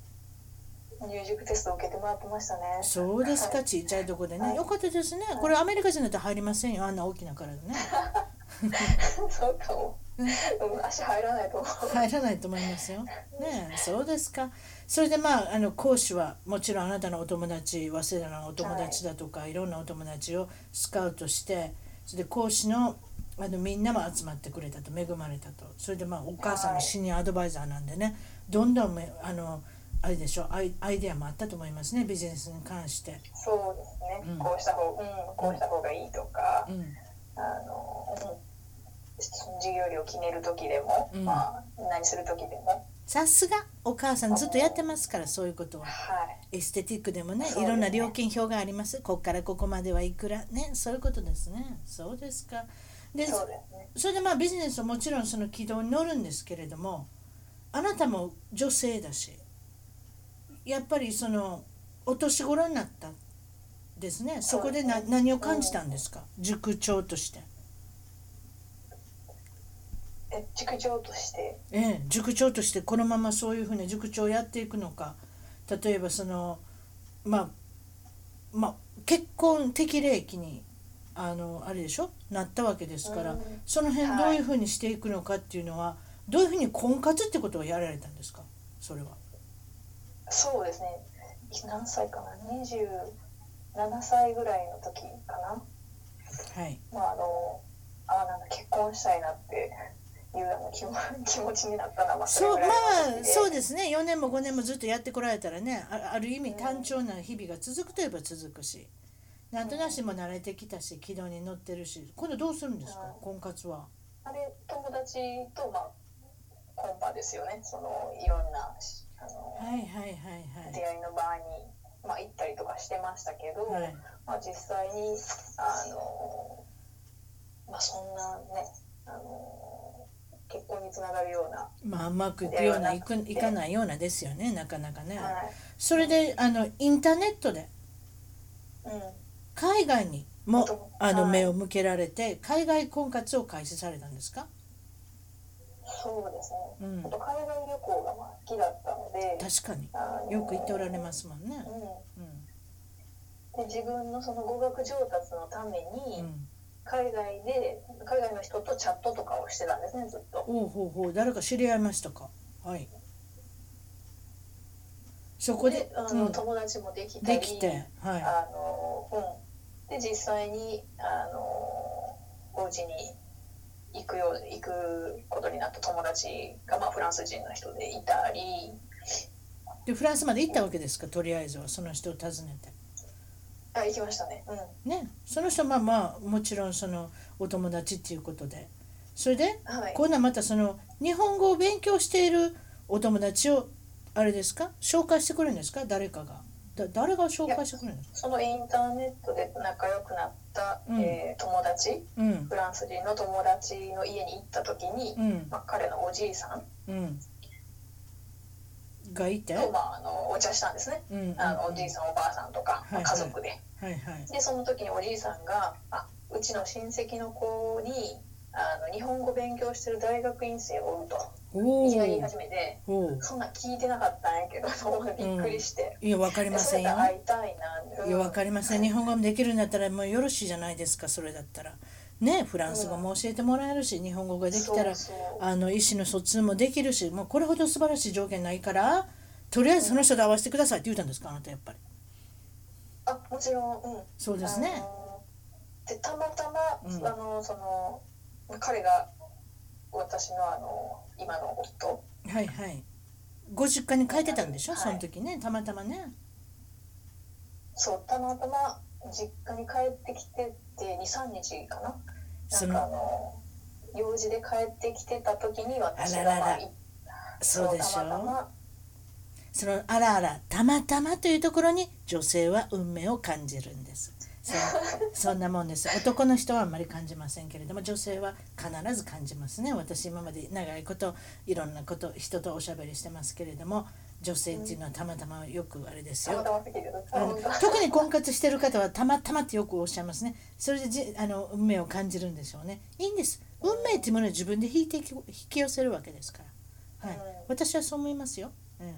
[SPEAKER 2] 入塾テストを受けてもらってましたね
[SPEAKER 1] そうです
[SPEAKER 2] は
[SPEAKER 1] か
[SPEAKER 2] い *laughs*
[SPEAKER 1] 小さいとこでね、
[SPEAKER 2] はい
[SPEAKER 1] よかったですねこれアメリカ人だと入りませんよあんな大きな体ね
[SPEAKER 2] そうかも、うん、足入らないと思う
[SPEAKER 1] 入らないと思いますよねえそうですかそれでまああの講師はもちろんあなたのお友達早稲田のお友達だとか、い、ろんなお友達をスカウトしてそれで講師のあのみんなも集まってくれたと恵まれたとそれでまあお母さんもシニアアドバイザーなんでね、どんどんめあのあれでしょアイアイデアもあったと思いますねビジネスに関して。
[SPEAKER 2] そうですね、
[SPEAKER 1] うん
[SPEAKER 2] こうした方、うん、こうした方がいいとか、
[SPEAKER 1] うん
[SPEAKER 2] あの、うん、授業料決める時でも、
[SPEAKER 1] うん
[SPEAKER 2] まあ何する時でも
[SPEAKER 1] さすがお母さんずっとやってますからそういうことは。
[SPEAKER 2] はい
[SPEAKER 1] エステティックでもね
[SPEAKER 2] そうです
[SPEAKER 1] い
[SPEAKER 2] ね
[SPEAKER 1] ろんな料金表がありますここからここまではいくらねそういうことですねそうですかで
[SPEAKER 2] そうですね
[SPEAKER 1] それでまあビジネスはもちろんその軌道に乗るんですけれどもあなたも女性だしやっぱりそのお年頃になったですねそこでな
[SPEAKER 2] そうですね
[SPEAKER 1] 何を感じたんですか塾長として
[SPEAKER 2] え塾長として
[SPEAKER 1] ええ、塾長としてこのままそういうふうな塾長をやっていくのか例えばそのまあまあ結婚適齢期にあのあれでしょなったわけですから、
[SPEAKER 2] うん
[SPEAKER 1] その辺
[SPEAKER 2] はい
[SPEAKER 1] どういうふうにしていくのかっていうのは、どういうふうに婚活ってことをやられたんですかそれは。
[SPEAKER 2] そうですね何歳かな27歳ぐらいの時かな
[SPEAKER 1] はい、
[SPEAKER 2] まああのあなんか結婚したいなっていうあの気も *laughs* 気持ちになったのはまあ
[SPEAKER 1] そう
[SPEAKER 2] れ
[SPEAKER 1] ま
[SPEAKER 2] ぐらいの
[SPEAKER 1] あ
[SPEAKER 2] 時
[SPEAKER 1] そうですね4年も5年もずっとやってこられたらねあある意味単調な日々が続くといえば続くしなんとなしも慣れてきたし軌道に乗ってるし今度どうするんですか
[SPEAKER 2] う
[SPEAKER 1] 婚活は。
[SPEAKER 2] あれ友達とまあコンパですよねそのいろんなあの、
[SPEAKER 1] はいはいはい
[SPEAKER 2] 出会いの場に、まあ、行ったりとかしてましたけど、
[SPEAKER 1] はい。はい。
[SPEAKER 2] まあ、実際にあのまあそんなねあの結婚につながるような、
[SPEAKER 1] まあうまくいくような
[SPEAKER 2] 出会い
[SPEAKER 1] い
[SPEAKER 2] はな
[SPEAKER 1] く
[SPEAKER 2] くて
[SPEAKER 1] いかないようなですよねなかなかね。
[SPEAKER 2] はい
[SPEAKER 1] それであのインターネットで
[SPEAKER 2] う
[SPEAKER 1] 海外にも
[SPEAKER 2] そう
[SPEAKER 1] あの
[SPEAKER 2] はい
[SPEAKER 1] 目を向けられて海外婚活を開始されたんですか。
[SPEAKER 2] ん、そうですね
[SPEAKER 1] うん
[SPEAKER 2] あと海外旅行がまあ好きだったので
[SPEAKER 1] 確かに
[SPEAKER 2] あの
[SPEAKER 1] よく行っておられますもんね。
[SPEAKER 2] う
[SPEAKER 1] うん
[SPEAKER 2] ん、で自分のその語学上達のために、
[SPEAKER 1] うん。
[SPEAKER 2] 海外で海外の人とチャットとかをしてたんですねずっと
[SPEAKER 1] おうほうほう誰か知り合いましたか。はい。そこで
[SPEAKER 2] あ
[SPEAKER 1] う
[SPEAKER 2] の、
[SPEAKER 1] ん
[SPEAKER 2] 友達もできた
[SPEAKER 1] で
[SPEAKER 2] り
[SPEAKER 1] きてはい。
[SPEAKER 2] あのうんで実際にあのお家に行くよう行くことになった友達が、まあ、フランス人の人でいたり
[SPEAKER 1] でフランスまで行ったわけですかとりあえずはその人を訪ねて。
[SPEAKER 2] あ行きましたねうん
[SPEAKER 1] ね、その人はまあまあもちろんそのお友達っていうことでそれで
[SPEAKER 2] はい
[SPEAKER 1] 今度はまたその日本語を勉強しているお友達をあれですか紹介してくれるんですか誰かがだ誰が紹介してくれるんですか
[SPEAKER 2] そのインターネットで仲良くなった、
[SPEAKER 1] うん
[SPEAKER 2] えー友達
[SPEAKER 1] うん
[SPEAKER 2] フランス人の友達の家に行った時に、
[SPEAKER 1] うん
[SPEAKER 2] まあ、彼のおじいさん
[SPEAKER 1] うんがいて
[SPEAKER 2] と、まあ、あのお茶したんですね
[SPEAKER 1] うんうんうん
[SPEAKER 2] あの
[SPEAKER 1] は
[SPEAKER 2] おじい
[SPEAKER 1] い
[SPEAKER 2] さんおばあさんとか、
[SPEAKER 1] は
[SPEAKER 2] まあ
[SPEAKER 1] い
[SPEAKER 2] 家族で、
[SPEAKER 1] はい
[SPEAKER 2] でその時におじいさんが「あうちの親戚の子にあの日本語勉強してる大学院生をおる」と
[SPEAKER 1] おお
[SPEAKER 2] いきなり言
[SPEAKER 1] ー
[SPEAKER 2] い始めて
[SPEAKER 1] おー
[SPEAKER 2] そんなん聞いてなかったんやけどと思ってびっくりして、
[SPEAKER 1] いやわかりま
[SPEAKER 2] そ
[SPEAKER 1] せ
[SPEAKER 2] れ
[SPEAKER 1] ん
[SPEAKER 2] や
[SPEAKER 1] よ
[SPEAKER 2] ったら会いたいな、うん
[SPEAKER 1] いやわかりません日本語もできるんだったらもうよろしいじゃないですかそれだったらねフランス語も教えてもらえるし日本語ができたら
[SPEAKER 2] そうそう
[SPEAKER 1] あの意思の疎通もできるしもうこれほど素晴らしい条件ないからとりあえずその人と合わせてくださいって言ったんですかあなたやっぱり
[SPEAKER 2] あもちろん、うん、
[SPEAKER 1] そうですね
[SPEAKER 2] あのー。でたまたま、
[SPEAKER 1] うん
[SPEAKER 2] あのーその彼が私のあのー今の夫
[SPEAKER 1] はいはいご実家に帰ってたんでしょ、
[SPEAKER 2] はい
[SPEAKER 1] その時ねたまたまね
[SPEAKER 2] そうたまたま実家に帰ってきてって23日かな
[SPEAKER 1] そ
[SPEAKER 2] なんかあ
[SPEAKER 1] の
[SPEAKER 2] のー用事で帰ってきてた時に私が
[SPEAKER 1] あららら
[SPEAKER 2] まあい
[SPEAKER 1] そうでし
[SPEAKER 2] そうたまた
[SPEAKER 1] ょ
[SPEAKER 2] ま
[SPEAKER 1] そのあらあらたまたまというところに女性は運命を感じるんですそう *laughs* そんなもんです男の人はあんまり感じませんけれども女性は必ず感じますね私今まで長いこといろんなこと人とおしゃべりしてますけれども女性っていうのはたまたまよくあれです
[SPEAKER 2] た
[SPEAKER 1] よ、
[SPEAKER 2] またま過ぎてた
[SPEAKER 1] あの特に婚活してる方はたまたまってよくおっしゃいますねそれでじあの運命を感じるんでしょうねいいんです運命っていうものは自分で引いてき引き寄せるわけですから、はい
[SPEAKER 2] うん
[SPEAKER 1] 私はそう思いますよ、うん、
[SPEAKER 2] うん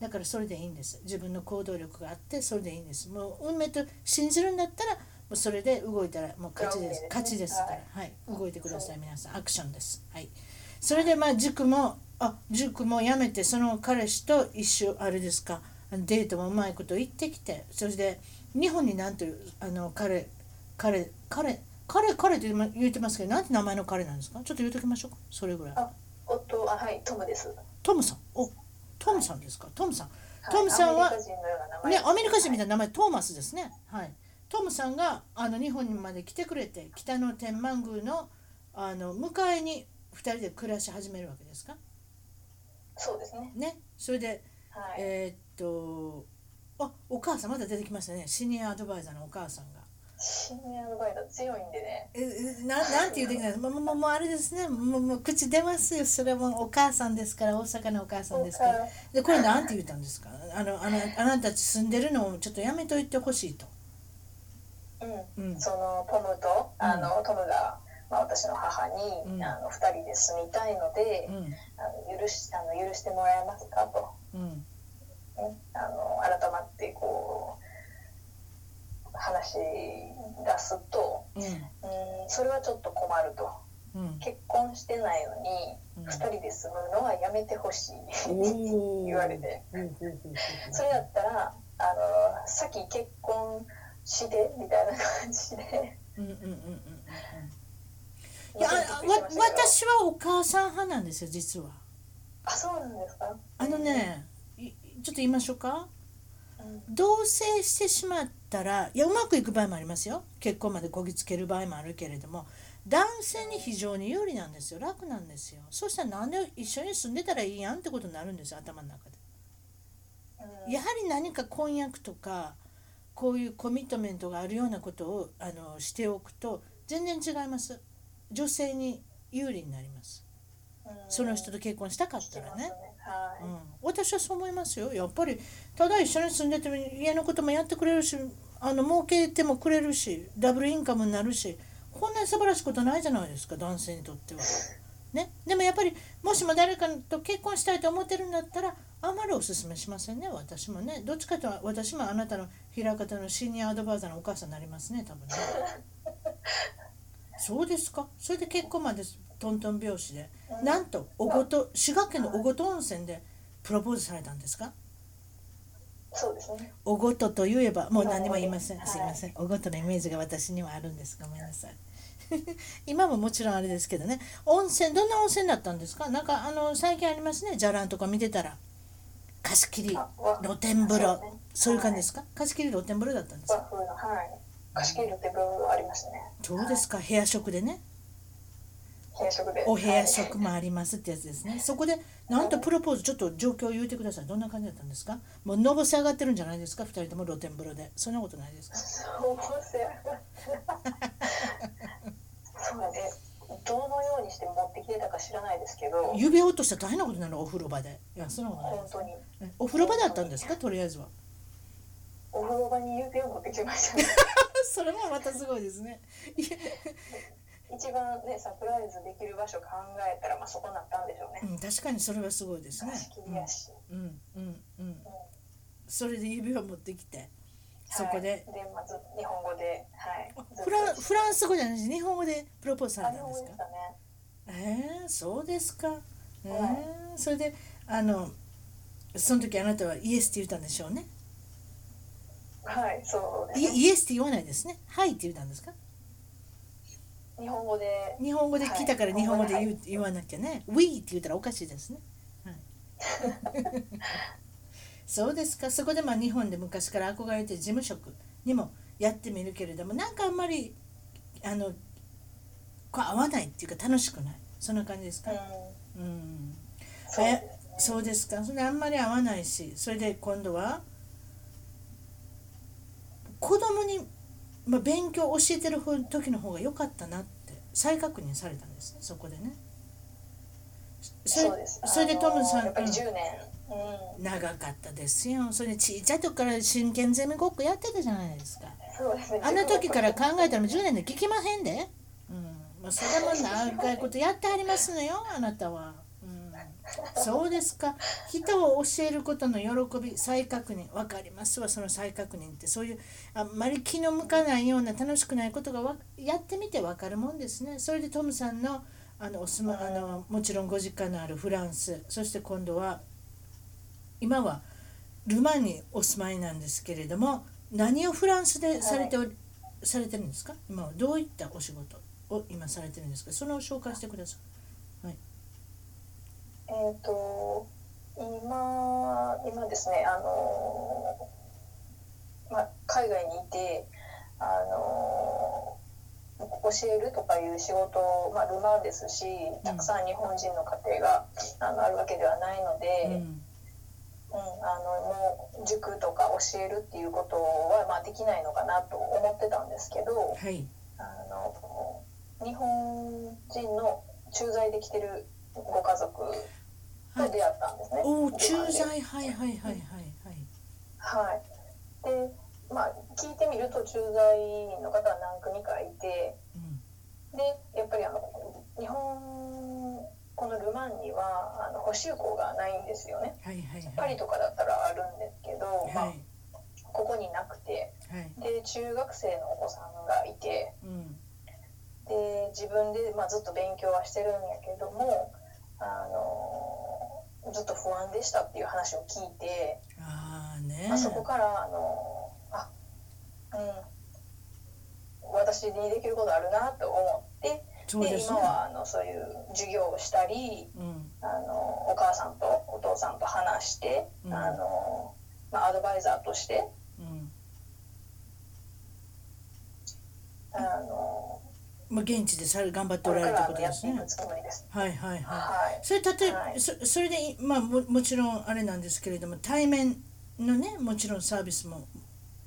[SPEAKER 1] だからそれでいいんです自分の行動力があってそれでいいんですもう運命と信じるんだったらもうそれで動いたらもう勝ちです
[SPEAKER 2] 運命ですね
[SPEAKER 1] 勝ちですからはい、動いてください皆さんアクションですはいそれでまあ塾もあ塾もやめてその彼氏と一緒あれですかあのデートもうまいこと行ってきてそれで日本になんていうあの彼彼彼彼彼って今言ってますけどなんて名前の彼なんですかちょっと言うときましょうかそれぐらい
[SPEAKER 2] あ *laughs* 夫ははいトムです、
[SPEAKER 1] トムさんおトムさんですかトムさん
[SPEAKER 2] はい
[SPEAKER 1] トムさんは
[SPEAKER 2] アメリカ人のような名前
[SPEAKER 1] ね、アメリカ人みたいな名前、トーマスですね。はい。トムさんがあの日本にまで来てくれて、北の天満宮のあの迎えに2人で暮らし始めるわけですか。
[SPEAKER 2] そうですね
[SPEAKER 1] ね。それで、
[SPEAKER 2] はい、
[SPEAKER 1] えーっと、あお母さん、まだ出てきましたね。シニアアドバイザーのお母さんが。
[SPEAKER 2] 新年アドバイザー強いんでね
[SPEAKER 1] ええななんて言うてきたんですもうもうもうあれですねもうもう口出ますよそれはもうお母さんですから大阪のお母さんですから
[SPEAKER 2] お母
[SPEAKER 1] でこれなんて言ったんですかあのあのあなたたち住んでるのをちょっとやめといてほしいと
[SPEAKER 2] う
[SPEAKER 1] うん
[SPEAKER 2] ん、そのトムとあの、トムが、まあ、私の母に、
[SPEAKER 1] うん
[SPEAKER 2] あの2人で住みたいので、
[SPEAKER 1] うん
[SPEAKER 2] あの許しあの許してもらえますかと、
[SPEAKER 1] うん
[SPEAKER 2] ね、あの改まってこう話し出すと、
[SPEAKER 1] う
[SPEAKER 2] うん、それはちょっと困ると
[SPEAKER 1] んうん
[SPEAKER 2] 結婚してないの
[SPEAKER 1] うん
[SPEAKER 2] に2人で住むのはやめてほしい、
[SPEAKER 1] おー
[SPEAKER 2] 言われて
[SPEAKER 1] ほうほうほうほう
[SPEAKER 2] それだったらあの先結婚してみたいな感じで。
[SPEAKER 1] うんうんうんうんうんいやああわ私はお母さん派なんですよ実は
[SPEAKER 2] あそうなんですか
[SPEAKER 1] あの、ねいちょっと言いましょうか
[SPEAKER 2] うん
[SPEAKER 1] 同棲してしまったらいやうまくいく場合もありますよ結婚までこぎつける場合もあるけれども男性に非常に有利なんですよ楽なんですよそうしたらなんで一緒に住んでたらいいやんってことになるんですよ頭の中で
[SPEAKER 2] うん
[SPEAKER 1] やはり何か婚約とかこういうコミットメントがあるようなことをあのしておくと全然違います女性に有利になりますその人と結婚したかったらね、う
[SPEAKER 2] は
[SPEAKER 1] ん、私はそう思いますよやっぱりただ一緒に住んでても家のこともやってくれるしあの儲けてもくれるしダブルインカムになるしこんなに素晴らしいことないじゃないですか男性にとっては。ね、でもやっぱりもしも誰かと結婚したいと思ってるんだったらあまりおすすめしませんね私もねどっちかとは私もあなたの平方のシニアアドバイザーのお母さんになりますね多分ねそうですかそれで結婚までトントン拍子で、
[SPEAKER 2] うん
[SPEAKER 1] なんとおごと滋賀県の小と温泉でプロポーズされたんですか
[SPEAKER 2] い、そうですね
[SPEAKER 1] おごとといえばもう何も言いません
[SPEAKER 2] はい
[SPEAKER 1] すいませんおごとのイメージが私にはあるんですごめんなさい *laughs* 今ももちろんあれですけどね温泉どんな温泉だったんですかなんかあの最近ありますねじゃらんとか見てたら貸し切り
[SPEAKER 2] あわ
[SPEAKER 1] 露天風
[SPEAKER 2] そうです
[SPEAKER 1] 呂
[SPEAKER 2] ね
[SPEAKER 1] そういう感じですか貸し切り露天風呂だったんですか
[SPEAKER 2] 和風のはい貸し切るって部分はありましたね
[SPEAKER 1] どうですか部屋食でね
[SPEAKER 2] 部屋食で
[SPEAKER 1] お部屋
[SPEAKER 2] はい
[SPEAKER 1] 食もありますってやつですねそこでなんとプロポーズちょっと状況を言うてくださいどんな感じだったんですかもうのぼせ上がってるんじゃないですか2人とも露天風呂でそんなことないですか
[SPEAKER 2] そうせそうねどのようにして持ってきてたか知らないですけど
[SPEAKER 1] 指落としたら大変なことになるお風呂場でいやそんなことない
[SPEAKER 2] 本
[SPEAKER 1] です
[SPEAKER 2] 当に
[SPEAKER 1] えお風呂場だったんですかとりあえずは
[SPEAKER 2] お
[SPEAKER 1] *laughs*
[SPEAKER 2] 風呂場に指を持ってきましたね
[SPEAKER 1] それもまたすごいですねいや
[SPEAKER 2] 一番ねサプライズできる場所考えたら、まあ、そこになったんでしょうね
[SPEAKER 1] うん、確かにそれはすごいですね
[SPEAKER 2] 貸し切りやし、
[SPEAKER 1] うんうんうん
[SPEAKER 2] うん
[SPEAKER 1] それで指輪持ってきてそこで、
[SPEAKER 2] はい、でまず日本語ではい
[SPEAKER 1] あフラン
[SPEAKER 2] ずっ
[SPEAKER 1] フランス語じゃないし日本語でプロポーズ
[SPEAKER 2] と
[SPEAKER 1] さ
[SPEAKER 2] あ
[SPEAKER 1] れ
[SPEAKER 2] 日
[SPEAKER 1] たん
[SPEAKER 2] 本
[SPEAKER 1] です
[SPEAKER 2] 語でし
[SPEAKER 1] か
[SPEAKER 2] たね
[SPEAKER 1] えー、そうですかえー、それであのその時あなたはイエスって言ったんでしょうね
[SPEAKER 2] はいそうです
[SPEAKER 1] イ
[SPEAKER 2] ね
[SPEAKER 1] イエスって言わないですねはいって言ったんですか
[SPEAKER 2] 日本語で
[SPEAKER 1] 日本語で聞いたから
[SPEAKER 2] はい
[SPEAKER 1] 日本語で言う、
[SPEAKER 2] はい
[SPEAKER 1] 言わなきゃね「We」って言ったらおかしいですね、 *laughs* はい、そうですかそこでまあ日本で昔から憧れて事務職にもやってみるけれどもなんかあんまりあのこう合わないっていうか楽しくないそんな感じです
[SPEAKER 2] う
[SPEAKER 1] か、
[SPEAKER 2] ん
[SPEAKER 1] うん
[SPEAKER 2] そうですね
[SPEAKER 1] そうですかそれであんまり合わないしそれで今度は子供にまあ、勉強を教えてる方時の方が良かったなって再確認されたんですねそこでねそれ
[SPEAKER 2] そうです
[SPEAKER 1] それでトムさ
[SPEAKER 2] あのやっ
[SPEAKER 1] ん
[SPEAKER 2] ぱり
[SPEAKER 1] う
[SPEAKER 2] 10
[SPEAKER 1] ん
[SPEAKER 2] 年うん
[SPEAKER 1] 長かったですよそれで小さい時から真剣ゼミごっこやってたじゃないですか
[SPEAKER 2] そうですね
[SPEAKER 1] あの時から考えたらもう
[SPEAKER 2] 10
[SPEAKER 1] 10年で聞きまへんでうんまあそれも長いことやってはりますのよあなたは、うん、そうですか人を教えることの喜び再確認わかりますわその再確認ってそういうあんまり気の向かないような楽しくないことがわやってみてわかるもんですねそれでトムさんのあのお住まあのもちろんご実家のあるフランスそして今度は今はル・マンにお住まいなんですけれども何をフランスでされており、されてるんですか今はどういったお仕事を今されてるんですかそれを紹介してくださ
[SPEAKER 2] えっと今今ですねあのまあ海外にいてあの教えるとかいう仕事、まあ、ルマンですしたくさん日本人の家庭が、あのあるわけではないの
[SPEAKER 1] い、
[SPEAKER 2] で、
[SPEAKER 1] うん
[SPEAKER 2] うん、あのもう塾とか教えるっていうことは、まあ、できないのかなと思ってたんですけど
[SPEAKER 1] はい
[SPEAKER 2] あの日本人の駐在で来てるご家族と出会ったんですね。
[SPEAKER 1] おお
[SPEAKER 2] で
[SPEAKER 1] 駐在はいはいはいはいはい
[SPEAKER 2] はいでまあ聞いてみると駐在員の方は何組かいて
[SPEAKER 1] うん
[SPEAKER 2] でやっぱりあの日本このル・マンにはあの補修校がないんですよね。
[SPEAKER 1] はいはいは
[SPEAKER 2] パ
[SPEAKER 1] い
[SPEAKER 2] リとかだったらあるんですけど、ま
[SPEAKER 1] は
[SPEAKER 2] あ、ここになくて。
[SPEAKER 1] いはい
[SPEAKER 2] で中学生のお子さんがいて
[SPEAKER 1] うん
[SPEAKER 2] で自分で、まあ、ずっと勉強はしてるんやけどもあのずっと不安でしたっていう話を聞いて、
[SPEAKER 1] ああね
[SPEAKER 2] まあ、そこからあのあうん私にできることあるなと思って
[SPEAKER 1] そう
[SPEAKER 2] で
[SPEAKER 1] です
[SPEAKER 2] 今
[SPEAKER 1] ね
[SPEAKER 2] はあのそういう授業をしたり
[SPEAKER 1] うん
[SPEAKER 2] あのお母さんとお父さんと話して、
[SPEAKER 1] うん
[SPEAKER 2] あのまあ、アドバイザーとして
[SPEAKER 1] うん
[SPEAKER 2] あの
[SPEAKER 1] まあ現地でされ頑張って
[SPEAKER 2] こ
[SPEAKER 1] お
[SPEAKER 2] れ
[SPEAKER 1] ら
[SPEAKER 2] か
[SPEAKER 1] れるってこ
[SPEAKER 2] ら
[SPEAKER 1] と
[SPEAKER 2] や
[SPEAKER 1] で
[SPEAKER 2] っ
[SPEAKER 1] す
[SPEAKER 2] てい
[SPEAKER 1] ね
[SPEAKER 2] くつもりです。
[SPEAKER 1] はいはいはい
[SPEAKER 2] はい
[SPEAKER 1] それ例えば、
[SPEAKER 2] はい
[SPEAKER 1] そそれでいまあももちろんあれなんですけれども対面のねもちろんサービスも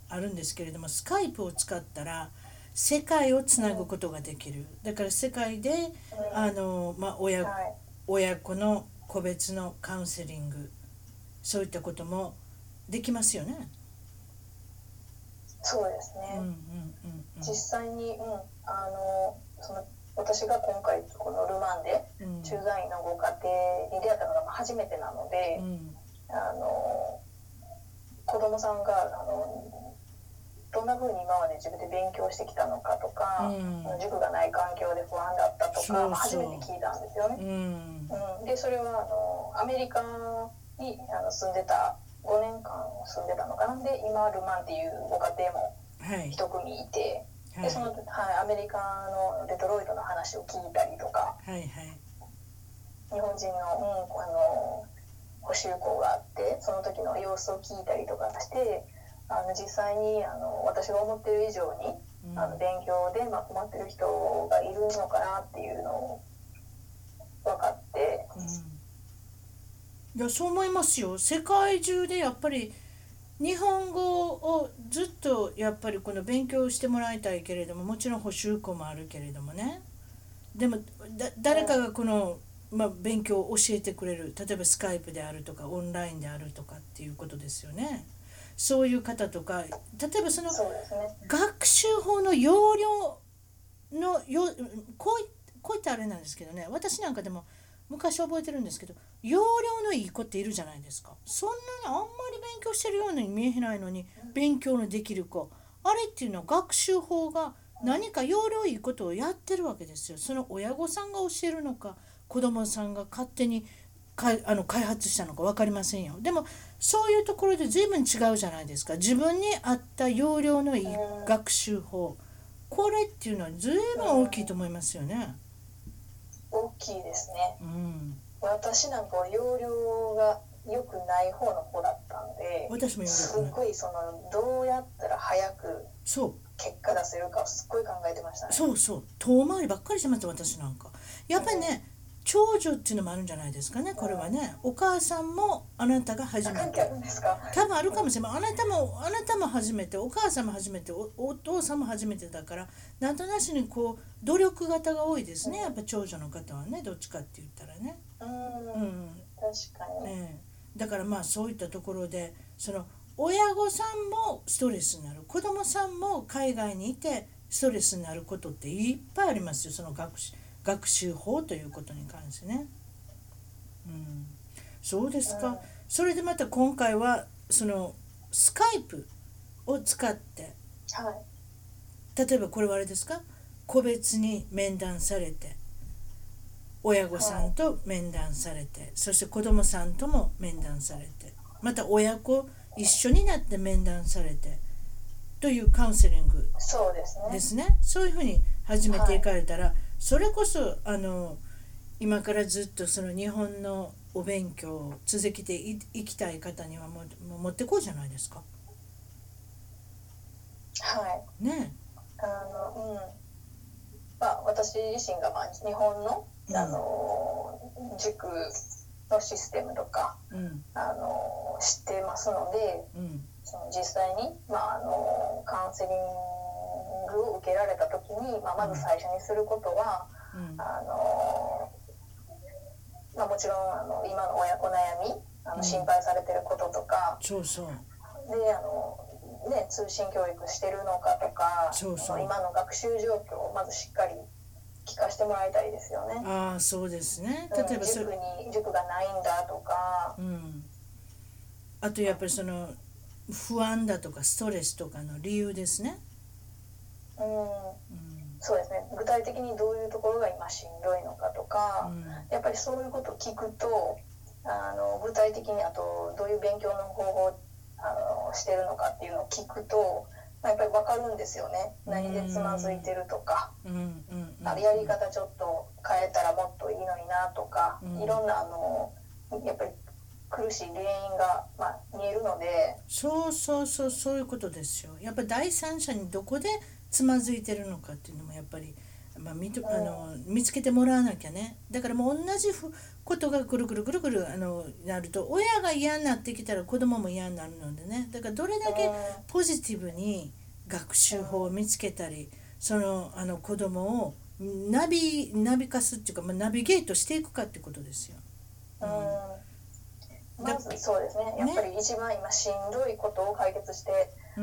[SPEAKER 1] あるんですけれどもスカイプを使ったら世界をつなぐことができるだから世界であの、まあ、親
[SPEAKER 2] はい、
[SPEAKER 1] 親子の個別のカウンセリングそういったこともできますよね。
[SPEAKER 2] そうです
[SPEAKER 1] うんうんう
[SPEAKER 2] ね、
[SPEAKER 1] ん
[SPEAKER 2] 実際に、うん、あのその私が今回このル・マンで
[SPEAKER 1] うんうん
[SPEAKER 2] 駐在員のご家庭に出会ったのが初めてなので、
[SPEAKER 1] うん
[SPEAKER 2] あの子供さんがあのどんなふうに今まで自分で勉強してきたのかとか、
[SPEAKER 1] うん
[SPEAKER 2] 塾がない環境で不安だったとか
[SPEAKER 1] そうそう
[SPEAKER 2] まあ初めて聞いたんですよね。
[SPEAKER 1] うん
[SPEAKER 2] うん、でそれはあのアメリカにあの住んでた5年間住んでたのかなで今ル・マンっていうご家庭も
[SPEAKER 1] はい
[SPEAKER 2] 一組いて、
[SPEAKER 1] は
[SPEAKER 2] で
[SPEAKER 1] い
[SPEAKER 2] その、はい、アメリカのデトロイトの話を聞いたりとか
[SPEAKER 1] はいはい
[SPEAKER 2] 日本人の,、うん、あの補修校があってその時の様子を聞いたりとかしてあの実際にあの私が思ってる以上に、
[SPEAKER 1] うん
[SPEAKER 2] あの勉強で、まあ、困ってる人がいるのかなっていうのを分かって、
[SPEAKER 1] いやそう思いますよ世界中でやっぱり日本語をずっとやっぱりこの勉強してもらいたいけれどももちろん補習校もあるけれどもねでもだ誰かがこの、まあ、勉強を教えてくれる例えばスカイプであるとかオンラインであるとかっていうことですよねそういう方とか例えばその
[SPEAKER 2] そうですね
[SPEAKER 1] 学習法の要領のよこういこういったあれなんですけどね私なんかでも昔覚えてるんですけど容量のいい子っているじゃないですかそんなにあんまり勉強してるように見えないのに勉強のできる子あれっていうのは学習法が何か要領いいことをやってるわけですよその親御さんが教えるのか子供さんが勝手にかあの開発したのか分かりませんよでもそういうところで随分違うじゃないですか自分に合った要領のいい学習法これっていうのは随分大きいと思いますよね。
[SPEAKER 2] 大きいですね
[SPEAKER 1] うん、
[SPEAKER 2] 私なんかは容量が良くない方の子だったんで
[SPEAKER 1] 私もや
[SPEAKER 2] す
[SPEAKER 1] る
[SPEAKER 2] っごいそのどうやったら早く
[SPEAKER 1] そう
[SPEAKER 2] 結果出せるかをすっごい考えてましたね
[SPEAKER 1] そうそう遠回りばっかりしてました私なんかやっぱりね長女っていうのもあるんじゃないですかねこれはねお母さんもあなたが初め
[SPEAKER 2] 関
[SPEAKER 1] て
[SPEAKER 2] 係あるんですか
[SPEAKER 1] 多分あるかもしれないあなたもあなたも初めてお母さんも初めておお父さんも初めてだからなんとなしにこう努力型が多いですねやっぱ長女の方はねどっちかって言ったらね、
[SPEAKER 2] う
[SPEAKER 1] うんん
[SPEAKER 2] 確かに
[SPEAKER 1] ええだからまあそういったところでその親御さんもストレスになる子供さんも海外にいてストレスになることっていっぱいありますよその学習学習法ということに関してね。うん、そうですか、
[SPEAKER 2] うん
[SPEAKER 1] それでまた今回はそのスカイプを使って
[SPEAKER 2] はい
[SPEAKER 1] 例えばこれはあれですか個別に面談されて親御さんと面談されて、そして子供さんとも面談されてまた親子一緒になって面談されてというカウンセリング
[SPEAKER 2] そうですね
[SPEAKER 1] ですねそういうふうに始めていかれたら、それこそあの今からずっとその日本のお勉強を続けていいきたい方にはもうもう持ってこいじゃないですか。
[SPEAKER 2] はい
[SPEAKER 1] ね
[SPEAKER 2] あのうんまあ私自身がまあ日本の
[SPEAKER 1] うん
[SPEAKER 2] あの、塾のシステムとか
[SPEAKER 1] うん
[SPEAKER 2] あの知ってますので
[SPEAKER 1] うん
[SPEAKER 2] その実際に、まあ、あのカウンセリングを受けられた時に、まあ、まず最初にすることは、
[SPEAKER 1] うん
[SPEAKER 2] あのまあ、もちろんあの今のおやお悩みあ
[SPEAKER 1] うん
[SPEAKER 2] の心配されてることとか、
[SPEAKER 1] そうそう
[SPEAKER 2] であの、ね、通信教育してるのかとか
[SPEAKER 1] そうそう
[SPEAKER 2] あの今の学習状況をまずしっかり聞かせてもらいたいですよね。
[SPEAKER 1] ああそうですね
[SPEAKER 2] うん
[SPEAKER 1] 例えばそれ
[SPEAKER 2] 塾に塾がないんだとか、
[SPEAKER 1] うん、あとやっぱりその不安だとかストレスとかの理由ですね、
[SPEAKER 2] うん、
[SPEAKER 1] うん
[SPEAKER 2] そうですね具体的にどういうところが今しんどいのかとか。やっぱりそういうことを聞くとあの具体的にあとどういう勉強の方法をあのしてるのかっていうのを聞くと、まあ、やっぱり分かるんですよね
[SPEAKER 1] うん
[SPEAKER 2] 何でつまずいてるとか、
[SPEAKER 1] うんうんうんうん
[SPEAKER 2] あやり方ちょっと変えたらもっといいのになとか、
[SPEAKER 1] うん
[SPEAKER 2] いろんなあのやっぱり苦しい原因が、まあ、見えるので
[SPEAKER 1] そうそうそうそういうことですよやっぱ第三者にどこでつまずいてるのかっていうのもやっぱり、まあ、見とあの見つけてもらわなきゃねだからもう同じふことがぐるぐるぐるぐるあのなると親が嫌になってきたら子供も嫌になるのでねだからどれだけ
[SPEAKER 2] う
[SPEAKER 1] ポジティブに学習法を見つけたりそのあの子供をナビナビ化すっていうか、まあ、ナビゲートしていくかってことですよ。
[SPEAKER 2] んうんまずそうですねやっぱり一番今しんどいことを解決して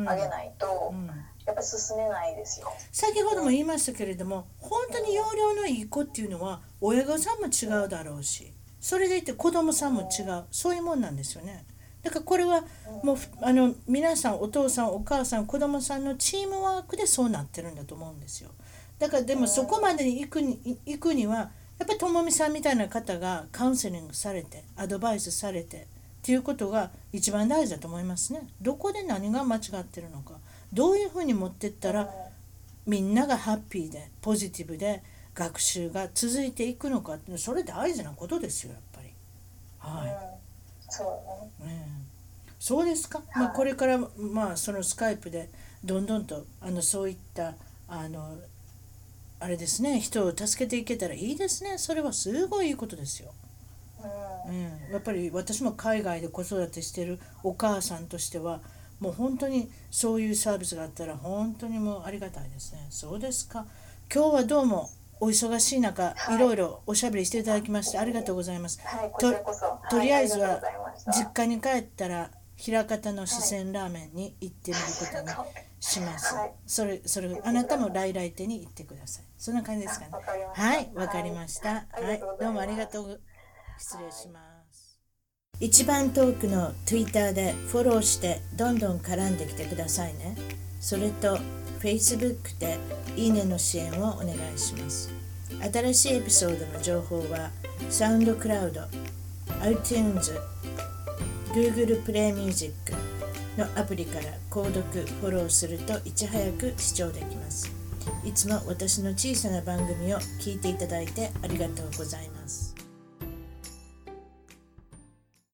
[SPEAKER 2] あげないと、
[SPEAKER 1] うん
[SPEAKER 2] やっぱり進めないですよ。
[SPEAKER 1] 先ほども言いましたけれども本当に要領のいい子っていうのは親御さんも違うだろうしそれでいて子供さんも違うそういうもんなんですよね。だからこれはもうふあの皆さんお父さんお母さん子供さんのチームワークでそうなってるんだと思うんですよ。だからでもそこまでに行くにい行くにはやっぱりともみさんみたいな方がカウンセリングされてアドバイスされてっていうことが一番大事だと思いますね。どこで何が間違ってるのかどういうふうに持ってったらみんながハッピーでポジティブで学習が続いていくのかってそれ大事なことですよやっぱり。は
[SPEAKER 2] うんそうね。
[SPEAKER 1] い、ねえそうですか、まあ、これから、まあ、そのスカイプでどんどんとあのそういったあのあれですね人を助けていけたらいいですねそれはすごいいいことですよ。
[SPEAKER 2] うん
[SPEAKER 1] うん、やっぱり私も海外で子育てしてるお母さんとしてはもう本当にそういうサービスがあったら本当にもうありがたいですねそうですか今日はどうもお忙しい中、
[SPEAKER 2] はい
[SPEAKER 1] い、ろいろおしゃべりしていただきましてありがとうございます
[SPEAKER 2] はい、ことちらこそ。
[SPEAKER 1] とりあえず
[SPEAKER 2] い
[SPEAKER 1] は
[SPEAKER 2] りがとうございました
[SPEAKER 1] 実家に帰ったら枚方の四川ラーメンに行ってみることに、します。
[SPEAKER 2] はい
[SPEAKER 1] それそれあなたも来来手に言ってください。そんな感じですかね。
[SPEAKER 2] わかりました
[SPEAKER 1] はい、わかりました。
[SPEAKER 2] はい
[SPEAKER 1] はい、どうもありが
[SPEAKER 2] う
[SPEAKER 1] とう。失礼します。一番トークの Twitter でフォローしてどんどん絡んできてくださいね。それと Facebook でいいねの支援をお願いします。新しいエピソードの情報は SoundCloud、iTunes、Google Play Music のアプリから購読フォローするといち早く視聴できますいつも私の小さな番組を聞いていただいてありがとうございます